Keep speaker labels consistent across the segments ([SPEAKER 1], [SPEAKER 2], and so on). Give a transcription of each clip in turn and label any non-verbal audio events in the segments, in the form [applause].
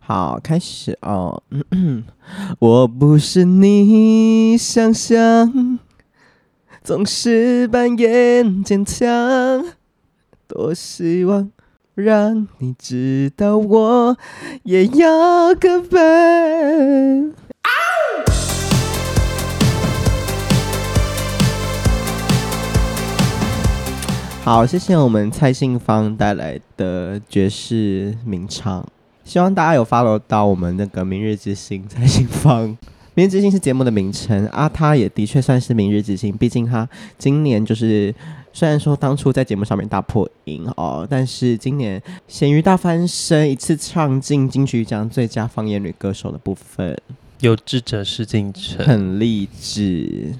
[SPEAKER 1] 好，开始哦。 [clears throat] 嗯嗯，我不是你想象，总是扮演坚强。多希望让你知道，我也要个本。好，谢谢我们蔡信芳带来的爵士名唱。希望大家有 follow 到我们那个《明日之星》蔡信芳。《 [laughs] 明日之星》是节目的名称啊，它也的确算是《明日之星》，毕竟它今年就是虽然说当初在节目上面大破音哦，但是今年咸鱼大翻身，一次唱进金曲奖最佳方言女歌手的部分，
[SPEAKER 2] 有志者事竟成。
[SPEAKER 1] 很励志。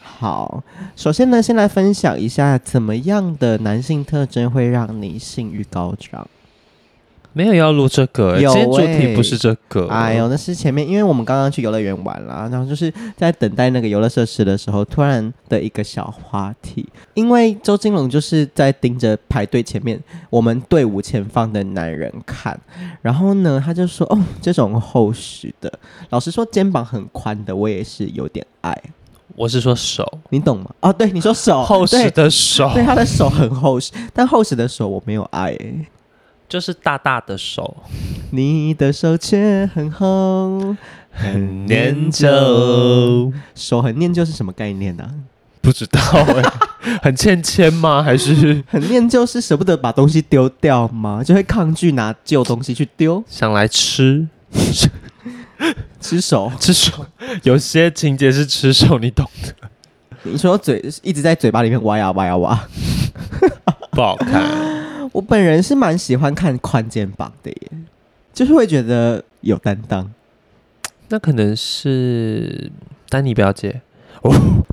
[SPEAKER 1] 好，首先呢，先来分享一下怎么样的男性特征会让你性欲高涨。
[SPEAKER 2] 没有要录这个、欸，
[SPEAKER 1] 有
[SPEAKER 2] 今天主
[SPEAKER 1] 欸
[SPEAKER 2] 题不是这个。
[SPEAKER 1] 哎呦，，那是前面，因为我们刚刚去游乐园玩啦，然后就是在等待那个游乐设施的时候，突然的一个小话题，因为周金龙就是在盯着排队前面我们队伍前方的男人看，然后呢，他就说：“哦，这种厚实的，老实说肩膀很宽的，我也是有点爱，
[SPEAKER 2] 我是说手，
[SPEAKER 1] 你懂吗？”哦，对，你说手
[SPEAKER 2] [laughs] 厚
[SPEAKER 1] 对
[SPEAKER 2] 实的手，
[SPEAKER 1] 对，他的手很厚实，但厚实的手我没有爱、欸
[SPEAKER 2] 就是大大的手，
[SPEAKER 1] 你的手却很厚，很粘
[SPEAKER 2] 旧
[SPEAKER 1] 旧。手很念旧是什么概念呢、啊？
[SPEAKER 2] 不知道哎、 [laughs] 很欠欠吗？还是
[SPEAKER 1] 很念旧是舍不得把东西丢掉吗？就会抗拒拿旧东西去丢，
[SPEAKER 2] 想来吃
[SPEAKER 1] 吃手。
[SPEAKER 2] 吃手？有些情节是吃手，你懂
[SPEAKER 1] 你说嘴一直在嘴巴里面挖呀挖呀挖。
[SPEAKER 2] 不好
[SPEAKER 1] [laughs]
[SPEAKER 2] 看。
[SPEAKER 1] 我本人是蛮喜欢看宽肩膀的耶，就是会觉得有担当。
[SPEAKER 2] 那可能是丹尼表姐，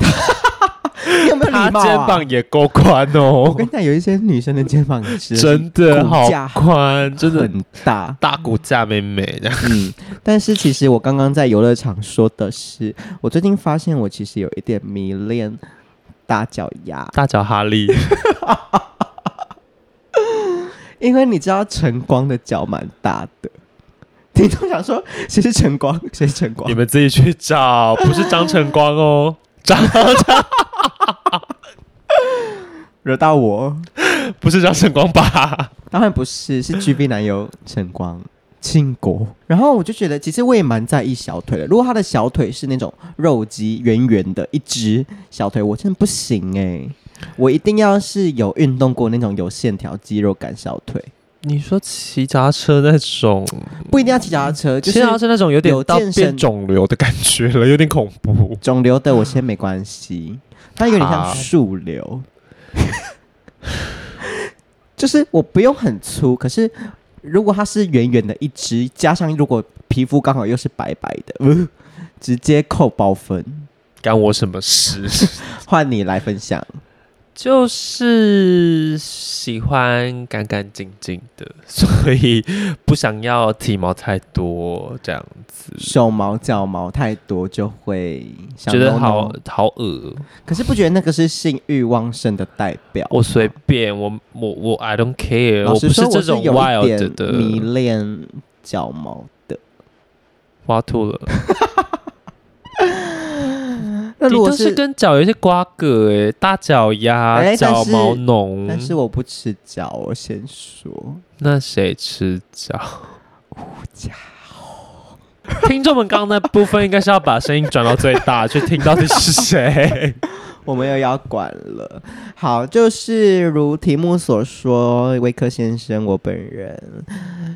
[SPEAKER 1] 你有没有
[SPEAKER 2] 她
[SPEAKER 1] 礼貌、啊？
[SPEAKER 2] 肩膀也够宽
[SPEAKER 1] 我
[SPEAKER 2] 哦
[SPEAKER 1] 跟，你讲，有一些女生的肩膀是
[SPEAKER 2] 真的好
[SPEAKER 1] 骨架
[SPEAKER 2] 宽，真的
[SPEAKER 1] 很大。
[SPEAKER 2] 大骨架妹妹的。
[SPEAKER 1] 嗯，但是其实我刚刚在游乐场说的是，我最近发现我其实有一点迷恋大脚丫，
[SPEAKER 2] 大脚哈利，
[SPEAKER 1] 因为你知道晨光的脚蛮大的，听众想说谁是晨 [laughs] 光，谁是晨光
[SPEAKER 2] 你？们自己去找，不是张晨光哦， [laughs] 张
[SPEAKER 1] 惹到我，
[SPEAKER 2] 不是张晨光吧？
[SPEAKER 1] 当然不是， [laughs] 是 G B 男友晨光。庆国，然后我就觉得，其实我也蛮在意小腿的。如果他的小腿是那种肉鸡圆圆的一只小腿，我真的不行哎、我一定要是有运动过那种有线条肌肉感小腿。
[SPEAKER 2] 你说骑脚踏车那种，
[SPEAKER 1] 不一定要骑脚踏车，就
[SPEAKER 2] 骑
[SPEAKER 1] 是啊
[SPEAKER 2] 脚踏车那种有
[SPEAKER 1] 有
[SPEAKER 2] 点到
[SPEAKER 1] 健身
[SPEAKER 2] 变肿瘤的感觉了，有点恐怖。
[SPEAKER 1] 肿瘤的我先没关系，它有点像
[SPEAKER 2] 好
[SPEAKER 1] 树瘤，就是我不用很粗，可是如果它是圆圆的一只，加上如果皮肤刚好又是白白的， [laughs] 呃直接扣包分。
[SPEAKER 2] 干我什么事？ [laughs]
[SPEAKER 1] 换你来分享，
[SPEAKER 2] 就是喜欢干干净净的， [laughs] 所以不想要体毛太多，这样子
[SPEAKER 1] 手毛脚毛太多就会想
[SPEAKER 2] 觉得
[SPEAKER 1] 弄
[SPEAKER 2] 好
[SPEAKER 1] 弄，
[SPEAKER 2] 好恶。
[SPEAKER 1] 可是不觉得那个是性欲旺盛的代表？
[SPEAKER 2] 我随便，我我我，I don't care，
[SPEAKER 1] 老
[SPEAKER 2] 我
[SPEAKER 1] 实
[SPEAKER 2] 不
[SPEAKER 1] 说，
[SPEAKER 2] 是
[SPEAKER 1] 我
[SPEAKER 2] 这
[SPEAKER 1] 是
[SPEAKER 2] 种
[SPEAKER 1] 有一
[SPEAKER 2] wild
[SPEAKER 1] 点迷
[SPEAKER 2] 的。
[SPEAKER 1] 恋脚毛的。
[SPEAKER 2] 我要吐了。
[SPEAKER 1] 那
[SPEAKER 2] 你
[SPEAKER 1] 如果
[SPEAKER 2] 都是
[SPEAKER 1] 是
[SPEAKER 2] 跟脚有一些瓜葛诶、大脚
[SPEAKER 1] 哎
[SPEAKER 2] 丫、
[SPEAKER 1] 但
[SPEAKER 2] 脚
[SPEAKER 1] 是
[SPEAKER 2] 毛浓，
[SPEAKER 1] 但是我不吃脚，我先说。
[SPEAKER 2] 那谁吃脚？听众们，刚刚那部分应该是要把声音转到最大，去听到底是
[SPEAKER 1] [laughs]
[SPEAKER 2] 谁。
[SPEAKER 1] 我们又要管了。好，就是如题目所说，威克先生，我本人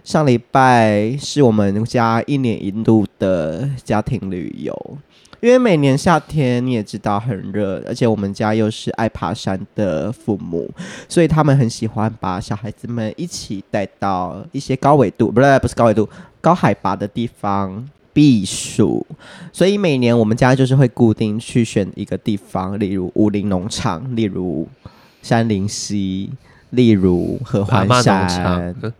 [SPEAKER 1] 上礼拜是我们家一年一度的家庭旅游，因为每年夏天你也知道很热，而且我们家又是爱爬山的父母，所以他们很喜欢把小孩子们一起带到一些高纬度，不是不是高纬度，高海拔的地方避暑。所以每年我们家就是会固定去选一个地方，例如武林农场，例如山林溪，例如合
[SPEAKER 2] 阿
[SPEAKER 1] 欢
[SPEAKER 2] 妈农
[SPEAKER 1] 山
[SPEAKER 2] 场，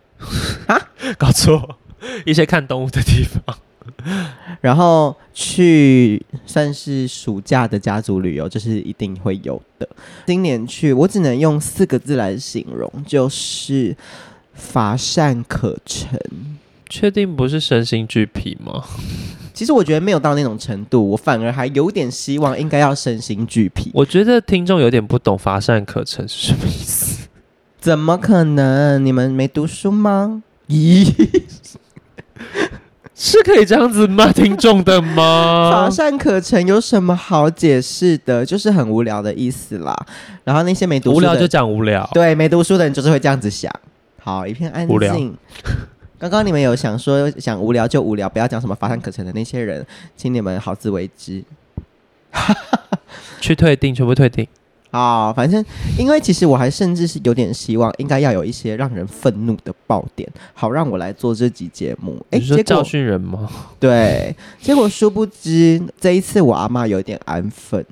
[SPEAKER 1] 啊
[SPEAKER 2] 搞错，一些看动物的地方。
[SPEAKER 1] 然后去算是暑假的家族旅游，这是一定会有的。今年去，我只能用四个字来形容，就是乏善可陈。
[SPEAKER 2] 确定不是身心俱疲吗？
[SPEAKER 1] 其实我觉得没有到那种程度，我反而还有点希望应该要身心俱疲。
[SPEAKER 2] 我觉得听众有点不懂乏善可陈是什么意思。
[SPEAKER 1] 怎么可能？你们没读书吗？咦，
[SPEAKER 2] [laughs] 是可以这样子骂听众的
[SPEAKER 1] 乏 [laughs]
[SPEAKER 2] 吗？
[SPEAKER 1] 善可陈有什么好解释的？就是很无聊的意思啦。然后那些没读
[SPEAKER 2] 无
[SPEAKER 1] 书的
[SPEAKER 2] 聊
[SPEAKER 1] 人
[SPEAKER 2] 就讲无聊，
[SPEAKER 1] 对，没读书的人就是会这样子想。好，一片安
[SPEAKER 2] 无聊
[SPEAKER 1] 静。 [laughs] 刚刚你们有想说想无聊就无聊，不要讲什么乏善可陈的那些人，请你们好自为之。
[SPEAKER 2] 去退订，全部退订。
[SPEAKER 1] 啊、反正因为其实我还甚至是有点希望，应该要有一些让人愤怒的爆点，好让我来做这集节目。哎，
[SPEAKER 2] 你说
[SPEAKER 1] 结
[SPEAKER 2] 教
[SPEAKER 1] 果
[SPEAKER 2] 训人吗？
[SPEAKER 1] 对，结果殊不知这一次我阿妈有点安分，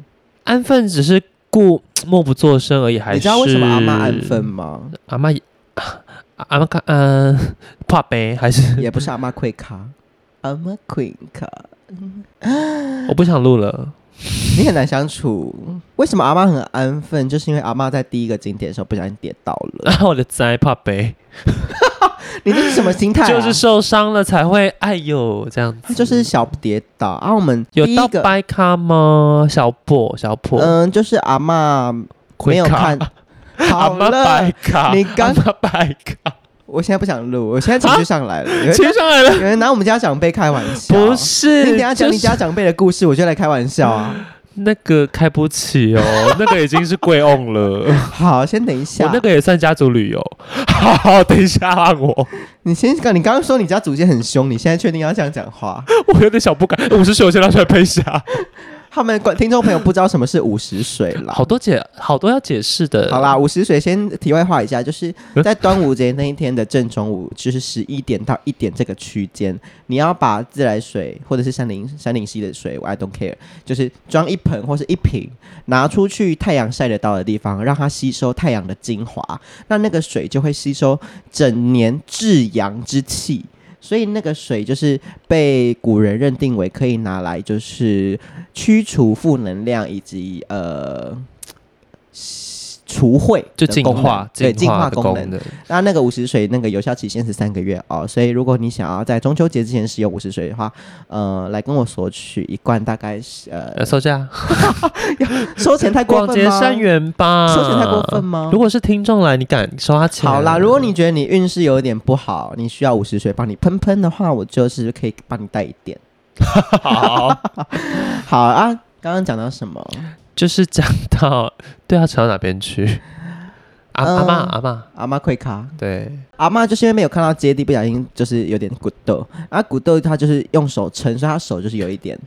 [SPEAKER 2] 安分只是故默不作声而已，还是
[SPEAKER 1] 你知道为什么阿妈安分？吗？
[SPEAKER 2] 阿妈也， [coughs] 啊阿妈看，嗯、怕呗，
[SPEAKER 1] [laughs]
[SPEAKER 2] 还是
[SPEAKER 1] 也不是阿妈溃卡，阿妈溃卡，
[SPEAKER 2] 我不想录了。 [laughs]
[SPEAKER 1] 你很难相处。为什么阿妈很安分？就是因为阿妈在第一个景点的时候不小心跌倒了。
[SPEAKER 2] [laughs] 然后我的灾怕呗，
[SPEAKER 1] 你这是什么心态、啊？
[SPEAKER 2] 就是受伤了才会哎呦这样子。
[SPEAKER 1] 就是小跌倒啊，我们
[SPEAKER 2] 有
[SPEAKER 1] 第
[SPEAKER 2] 到
[SPEAKER 1] 一个
[SPEAKER 2] 掰咖吗？小破小破，
[SPEAKER 1] 嗯，就是阿妈没有
[SPEAKER 2] 会卡
[SPEAKER 1] 看。
[SPEAKER 2] [laughs] 阿
[SPEAKER 1] 好
[SPEAKER 2] 妈
[SPEAKER 1] 了
[SPEAKER 2] 掰，咖，
[SPEAKER 1] 你刚
[SPEAKER 2] 阿妈掰
[SPEAKER 1] [laughs]
[SPEAKER 2] 咖，
[SPEAKER 1] 我现在不想录，我现在情绪上来了。有人
[SPEAKER 2] [laughs] 亲上来了，
[SPEAKER 1] 有人拿我们家长辈开玩笑，
[SPEAKER 2] 啊不
[SPEAKER 1] 你
[SPEAKER 2] 是？
[SPEAKER 1] 等一下讲
[SPEAKER 2] 就
[SPEAKER 1] 你
[SPEAKER 2] 是
[SPEAKER 1] 家长辈的故事，我就来开玩笑
[SPEAKER 2] [laughs]
[SPEAKER 1] 啊。
[SPEAKER 2] 那个开不起哦，那个已经是贵翁了，
[SPEAKER 1] 好，先等一下
[SPEAKER 2] 我，那个也算家族旅游。 [laughs] 好好，等一下让我，
[SPEAKER 1] 你先，你刚刚说你家祖先很凶，你现在确定要这样讲话？
[SPEAKER 2] 我有点小不敢。哎五十岁我先拿出来喷一下，
[SPEAKER 1] 他们观听众朋友不知道什么是午时水啦。
[SPEAKER 2] 好多解，好多要解释的。
[SPEAKER 1] 好啦，午时水先题外话一下，就是在端午节那一天的正中午，就是十一点到一点这个区间，你要把自来水或者是山林山林溪的水，我 I don't care，就是装一盆或是一瓶，拿出去太阳晒得到的地方，让它吸收太阳的精华，那那个水就会吸收整年至阳之气。所以那个水就是被古人认定为可以拿来就是驱除负能量以及呃除秽
[SPEAKER 2] 就
[SPEAKER 1] 的
[SPEAKER 2] 进
[SPEAKER 1] 功能
[SPEAKER 2] 化，
[SPEAKER 1] 对净化
[SPEAKER 2] 的
[SPEAKER 1] 功能。
[SPEAKER 2] 能。
[SPEAKER 1] 那那个午时水那个有效期限是三个月哦，所以如果你想要在中秋节之前使用午时水的话，呃，来跟我索取一罐，大概是
[SPEAKER 2] 呃，
[SPEAKER 1] 呃
[SPEAKER 2] 收价，
[SPEAKER 1] 收钱太过
[SPEAKER 2] 广
[SPEAKER 1] 分 [laughs]
[SPEAKER 2] 结
[SPEAKER 1] 吗？
[SPEAKER 2] 善缘吧。
[SPEAKER 1] 收钱太过分吗
[SPEAKER 2] 如？果是听众来，你敢收他钱？
[SPEAKER 1] 好啦，如果你觉得你运势有点不好，你需要午时水帮你喷喷的话，我就是可以帮你带一点。
[SPEAKER 2] 好，
[SPEAKER 1] [laughs] 好啊，刚刚讲到什么？
[SPEAKER 2] 就是讲到对啊，扯到哪边去？阿
[SPEAKER 1] 嗯
[SPEAKER 2] 阿妈阿妈，
[SPEAKER 1] 阿妈溃卡，
[SPEAKER 2] 对，
[SPEAKER 1] 阿妈就是因为没有看到接地，不小心就是有点骨豆，啊骨豆她就是用手撑，所以她手就是有一点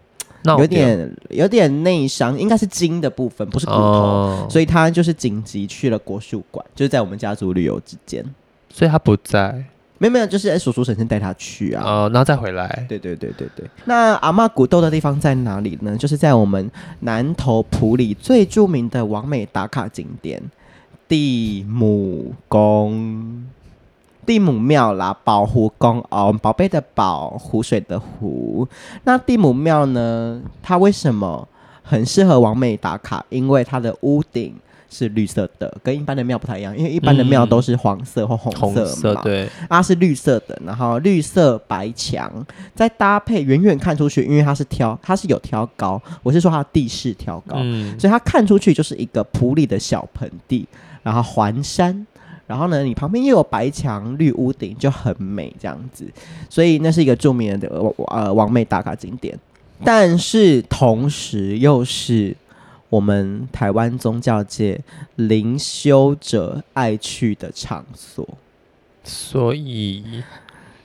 [SPEAKER 2] 那我
[SPEAKER 1] 有点有点内伤，应该是筋的部分，不是骨头。
[SPEAKER 2] 哦，
[SPEAKER 1] 所以他就是紧急去了国术馆，就是在我们家族旅游之间，
[SPEAKER 2] 所以他不在
[SPEAKER 1] 没有没有，就是哎叔叔婶婶带他去啊。
[SPEAKER 2] 哦，然后再回来。
[SPEAKER 1] 对对对对对。那阿嬷古豆的地方在哪里呢？就是在我们南投埔里最著名的完美打卡景点——地母宫、地母庙啦，宝湖宫哦，宝贝的宝，湖水的湖。那地母庙呢？它为什么很适合完美打卡？因为它的屋顶。是绿色的，跟一般的庙不太一样，因为一般的庙
[SPEAKER 2] 嗯
[SPEAKER 1] 都是黄色或红色嘛。
[SPEAKER 2] 红色对，
[SPEAKER 1] 它是绿色的，然后绿色白墙，再搭配远远看出去，因为它是挑，它是有挑高，我是说它地势挑高，
[SPEAKER 2] 嗯，
[SPEAKER 1] 所以它看出去就是一个普里的小盆地，然后环山。然后呢，你旁边又有白墙、绿屋顶，就很美这样子，所以那是一个著名的呃呃完美打卡景点。但是同时又是我们台湾宗教界灵修者爱去的场所。
[SPEAKER 2] 所以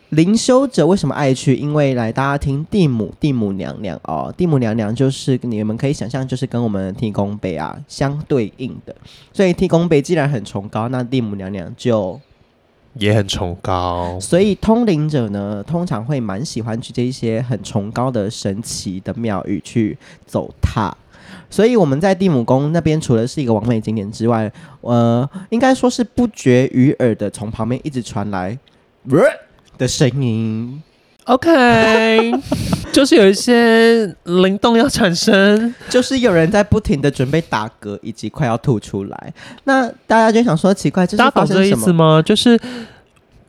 [SPEAKER 1] 灵修者为什么爱去？因为来大家听地母地母娘娘哦，地母娘娘就是你们可以想象，就是跟我们地公杯啊相对应的。所以地公杯既然很崇高，那地母娘娘就
[SPEAKER 2] 也很崇高，
[SPEAKER 1] 所以通灵者呢，通常会蛮喜欢去这一些很崇高的神奇的庙宇去走踏。所以我们在地母宫那边，除了是一个完美景点之外，呃，应该说是不绝于耳的，从旁边一直传来的声音。
[SPEAKER 2] [laughs] OK，就是有一些灵动要产生，
[SPEAKER 1] 就是有人在不停的准备打嗝，以及快要吐出来。那大家就想说，奇怪，这
[SPEAKER 2] 大
[SPEAKER 1] 是
[SPEAKER 2] 家
[SPEAKER 1] 发
[SPEAKER 2] 懂这
[SPEAKER 1] 生
[SPEAKER 2] 意
[SPEAKER 1] 什
[SPEAKER 2] 思
[SPEAKER 1] 么？
[SPEAKER 2] 吗？就是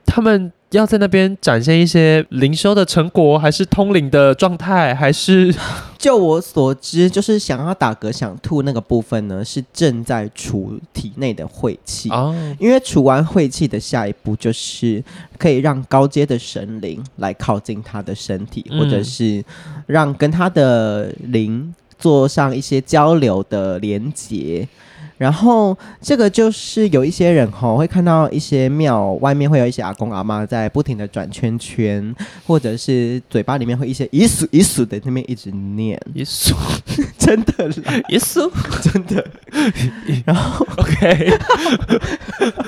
[SPEAKER 2] 他们要在那边展现一些灵修的成果，还是通灵的状态，还是
[SPEAKER 1] 就我所知，就是想要打嗝、想吐那个部分呢，是正在除体内的晦气。
[SPEAKER 2] 哦，
[SPEAKER 1] 因为除完晦气的下一步，就是可以让高阶的神灵来靠近他的身体，
[SPEAKER 2] 嗯
[SPEAKER 1] 或者是让跟他的灵做上一些交流的连接。然后这个就是有一些人吼会看到一些庙外面会有一些阿公阿妈在不停的转圈圈，或者是嘴巴里面会一些一数一数的那边一直念， [laughs]
[SPEAKER 2] 耶稣
[SPEAKER 1] 真的啦，
[SPEAKER 2] 耶稣
[SPEAKER 1] 真的。然后
[SPEAKER 2] ，OK，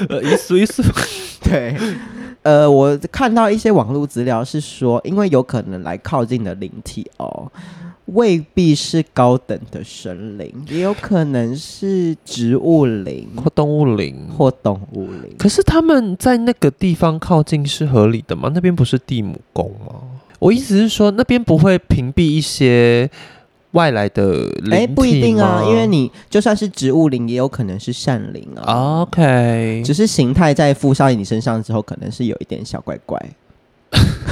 [SPEAKER 2] 呃耶稣耶稣，
[SPEAKER 1] [laughs] 对，呃，我看到一些网络资料是说，因为有可能来靠近的灵体哦，未必是高等的神灵，也有可能是植物灵
[SPEAKER 2] 或动物灵。
[SPEAKER 1] 或动物灵。
[SPEAKER 2] 可是他们在那个地方靠近是合理的吗？那边不是地母宫吗？我意思是说，那边不会屏蔽一些外来的灵体吗？
[SPEAKER 1] 哎，不一定啊，因为你就算是植物灵，也有可能是善灵啊。 [laughs]
[SPEAKER 2] OK，
[SPEAKER 1] 只是形态在附上你身上之后，可能是有一点小怪怪，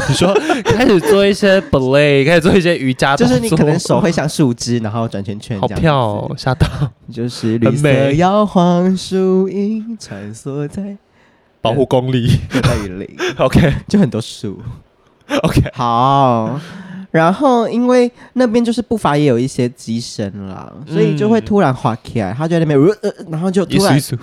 [SPEAKER 2] 你说开始做一些 belay，开始做一些瑜伽
[SPEAKER 1] 就
[SPEAKER 2] 动作，
[SPEAKER 1] 是你可能手会像树枝，然后转圈圈这
[SPEAKER 2] 啊好
[SPEAKER 1] 样子。
[SPEAKER 2] 跳、哦，吓到
[SPEAKER 1] 就是绿
[SPEAKER 2] 很
[SPEAKER 1] 色
[SPEAKER 2] 美
[SPEAKER 1] 摇晃树影穿梭在
[SPEAKER 2] 保护功力。
[SPEAKER 1] 热带雨林，
[SPEAKER 2] OK
[SPEAKER 1] [laughs] 就很多树。
[SPEAKER 2] OK，
[SPEAKER 1] 好，然后因为那边就是不乏也有一些机身啦，所以就会
[SPEAKER 2] 嗯
[SPEAKER 1] 突然滑起来，他就在那边，呃呃、然后就
[SPEAKER 2] 一
[SPEAKER 1] 突
[SPEAKER 2] 数
[SPEAKER 1] 然
[SPEAKER 2] 一数，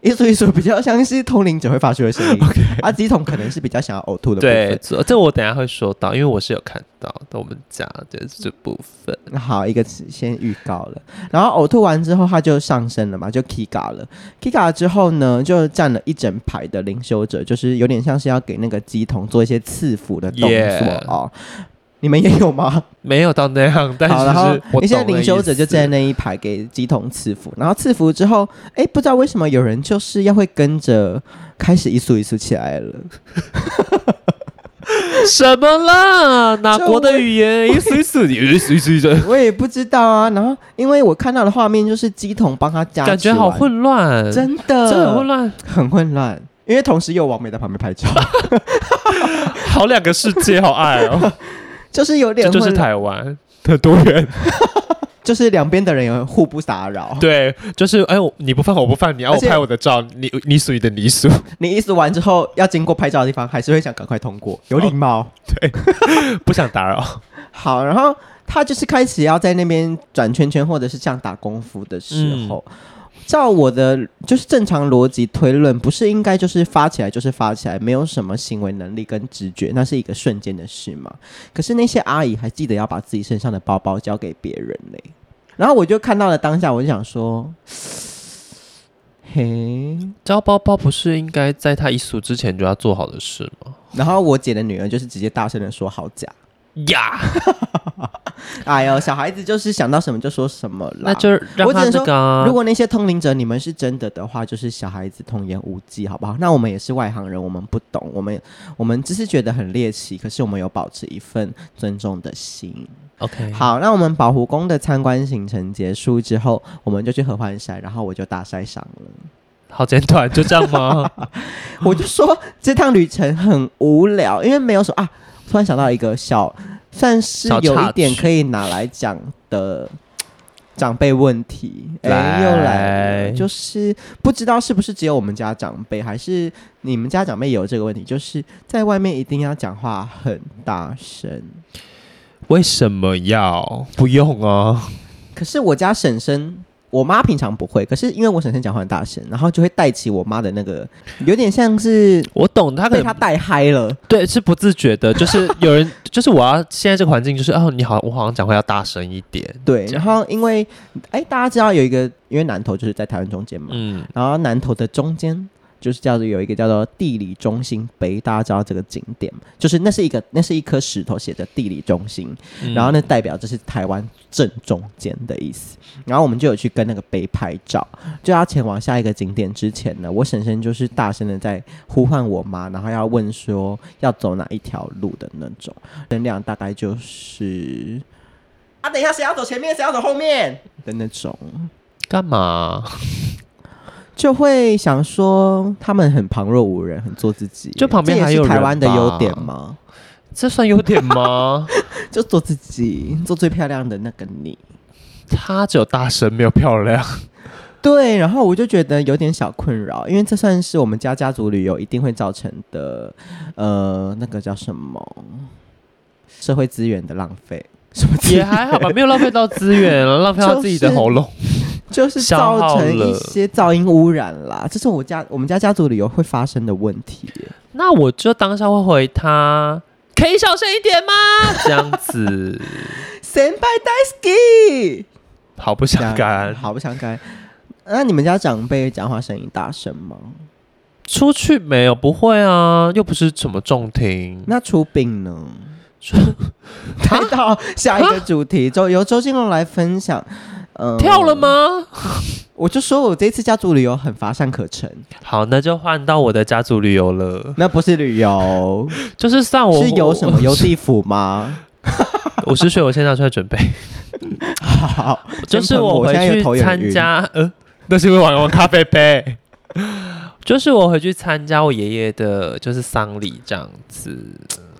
[SPEAKER 1] 一数一数，比较像是通灵者会发出的声 [laughs] 音。啊，鸡桶可能是比较想要呕吐的部
[SPEAKER 2] 对，
[SPEAKER 1] 分。
[SPEAKER 2] 这这我等一下会说到，因为我是有看到我们家的这部分。
[SPEAKER 1] 好，一个先预告了，然后呕吐完之后，他就上身了嘛，就 Kiga 了。Kiga 之后呢，就站了一整排的灵修者，就是有点像是要给那个鸡桶做一些赐福的动作
[SPEAKER 2] Yeah
[SPEAKER 1] 哦。你们也有吗？
[SPEAKER 2] 没有到那样，但
[SPEAKER 1] 好，然
[SPEAKER 2] 是
[SPEAKER 1] 后
[SPEAKER 2] 我
[SPEAKER 1] 一些
[SPEAKER 2] 懂那
[SPEAKER 1] 领修者
[SPEAKER 2] 意
[SPEAKER 1] 就
[SPEAKER 2] 思
[SPEAKER 1] 在那一排给鸡桶赐福，然后赐福之后，哎，不知道为什么有人就是要会跟着开始一束一束起来了，
[SPEAKER 2] 什么啦？哪国的语言？一数一数，一数一数一数，
[SPEAKER 1] 我也不知道啊。然后因为我看到的画面就是鸡桶帮他加，
[SPEAKER 2] 感觉好，混乱，
[SPEAKER 1] 真的，
[SPEAKER 2] 真的很混，乱，
[SPEAKER 1] 很混乱。因为同时又有王美在旁边拍照，
[SPEAKER 2] 好两个世界，好爱哦。
[SPEAKER 1] 就是有
[SPEAKER 2] 这
[SPEAKER 1] 点
[SPEAKER 2] 就是
[SPEAKER 1] 混乱，
[SPEAKER 2] 台湾的多元，
[SPEAKER 1] 就是两边的人也互不打扰。
[SPEAKER 2] 对，就是哎，我你不放我不放你，啊，
[SPEAKER 1] 而
[SPEAKER 2] 我
[SPEAKER 1] 且
[SPEAKER 2] 拍我的照，你你数你的你数，
[SPEAKER 1] 你意思完之后，要经过拍照的地方，还是会想赶快通过，有礼貌。
[SPEAKER 2] 不想打扰。
[SPEAKER 1] 好，然后他就是开始要在那边转圈圈，或者是这样打功夫的时候，
[SPEAKER 2] 嗯
[SPEAKER 1] 照我的就是正常逻辑推论，不是应该就是发起来就是发起来，没有什么行为能力跟直觉，那是一个瞬间的事嘛。可是那些阿姨还记得要把自己身上的包包交给别人嘞，然后我就看到了当下，我就想说，嘿，
[SPEAKER 2] 交包包不是应该在他一数之前就要做好的事吗？
[SPEAKER 1] 然后我姐的女儿就是直接大声的说好假，
[SPEAKER 2] 呀，
[SPEAKER 1] 哎呦，小孩子就是想到什么就说什么啦，
[SPEAKER 2] 那就让
[SPEAKER 1] 我只
[SPEAKER 2] 他
[SPEAKER 1] 能
[SPEAKER 2] 那
[SPEAKER 1] 说
[SPEAKER 2] 个啊
[SPEAKER 1] 如果那些通灵者你们是真的的话，就是小孩子童言无忌，好不好？那我们也是外行人，我们不懂，我们我们只是觉得很猎奇，可是我们有保持一份尊重的心。
[SPEAKER 2] OK
[SPEAKER 1] 好，那我们保湖宫的参观行程结束之后，我们就去合欢山，然后我就大晒伤了。
[SPEAKER 2] 好简短，就这样吗？
[SPEAKER 1] 我就说这趟旅程很无聊，因为没有什么啊。突然想到一个小，算是
[SPEAKER 2] 小
[SPEAKER 1] 有
[SPEAKER 2] 插
[SPEAKER 1] 一点
[SPEAKER 2] 曲
[SPEAKER 1] 可以拿来讲的长辈问题，哎、又来了，
[SPEAKER 2] 来
[SPEAKER 1] 就是不知道是不是只有我们家长辈，还是你们家长辈也有这个问题，就是在外面一定要讲话很大声。
[SPEAKER 2] 为什么要？不用啊，
[SPEAKER 1] 可是我家婶婶，我妈平常不会，可是因为我婶婶讲话很大声，然后就会带起我妈的那个，有点像是
[SPEAKER 2] 我懂他可
[SPEAKER 1] 被
[SPEAKER 2] 能
[SPEAKER 1] 她带嗨了，
[SPEAKER 2] 对，是不自觉的， [laughs] 就是有人，就是我要现在这个环境，就是哦，你好，我好像讲话要大声一点，
[SPEAKER 1] 对。
[SPEAKER 2] 这
[SPEAKER 1] 然
[SPEAKER 2] 样
[SPEAKER 1] 后因为，哎，大家知道有一个，因为南投就是在台湾中间嘛，
[SPEAKER 2] 嗯，
[SPEAKER 1] 然后南投的中间就是叫做有一个叫做地理中心碑，大家知道这个景点吗，就是那是一个那是一颗石头写的地理中心，
[SPEAKER 2] 嗯
[SPEAKER 1] 然后呢代表这是台湾正中间的意思。然后我们就有去跟那个碑拍照，就要前往下一个景点之前呢，我婶婶就是大声的在呼唤我妈，然后要问说要走哪一条路的那种，能量大概就是。啊！等一下，谁要走前面，谁要走后面的那种，
[SPEAKER 2] 干嘛？
[SPEAKER 1] 就会想说他们很旁若无人，很做自己。
[SPEAKER 2] 就旁边
[SPEAKER 1] 这也
[SPEAKER 2] 还
[SPEAKER 1] 是
[SPEAKER 2] 有
[SPEAKER 1] 台
[SPEAKER 2] 人
[SPEAKER 1] 湾的优
[SPEAKER 2] 吧
[SPEAKER 1] 点吗？
[SPEAKER 2] 这算优点吗？ [laughs]
[SPEAKER 1] 就做自己，做最漂亮的那个你。
[SPEAKER 2] 她只有大声没有漂亮，
[SPEAKER 1] 对，然后我就觉得有点小困扰，因为这算是我们家家族旅游一定会造成的，呃，那个叫什么社会资源的浪费，什么资
[SPEAKER 2] 也
[SPEAKER 1] 源
[SPEAKER 2] 还好吧，没有浪费到资源，浪费到自己的喉咙。
[SPEAKER 1] [laughs] 就是
[SPEAKER 2] 消
[SPEAKER 1] 造
[SPEAKER 2] 耗
[SPEAKER 1] 成一
[SPEAKER 2] 了
[SPEAKER 1] 些噪音污染啦，这是我家我们家家族旅游会发生的问题。
[SPEAKER 2] 那我就当下会回他，可以小声一点吗？这样 [laughs] 子，
[SPEAKER 1] 先拜 Daisy，
[SPEAKER 2] 好不相干。
[SPEAKER 1] 好不相干。那你们家长辈讲话声音大声吗？
[SPEAKER 2] 出去没有？不会啊，又不是什么重听。
[SPEAKER 1] 嗯那出殡呢？
[SPEAKER 2] 出 [laughs]
[SPEAKER 1] 带到下一个主题，就由周金龙来分
[SPEAKER 2] [laughs]
[SPEAKER 1] 享。嗯、
[SPEAKER 2] 跳了？吗？
[SPEAKER 1] 我就说我这次家族旅游很乏善可陈，
[SPEAKER 2] 好，那就换到我的家族旅游了。
[SPEAKER 1] 那不是旅
[SPEAKER 2] [laughs]
[SPEAKER 1] 游，
[SPEAKER 2] 就是算我
[SPEAKER 1] 是游什么？游地府
[SPEAKER 2] [laughs]
[SPEAKER 1] 吗？
[SPEAKER 2] 我十岁，我现在出来准备。
[SPEAKER 1] 好，
[SPEAKER 2] 就是
[SPEAKER 1] [laughs] 真捧
[SPEAKER 2] 我
[SPEAKER 1] 我
[SPEAKER 2] 回
[SPEAKER 1] 现在有
[SPEAKER 2] 去
[SPEAKER 1] 头有点
[SPEAKER 2] 参加，呃，那是因为玩玩咖啡杯。 [laughs] 就是我回去参加我爷爷的，就是丧礼这样子。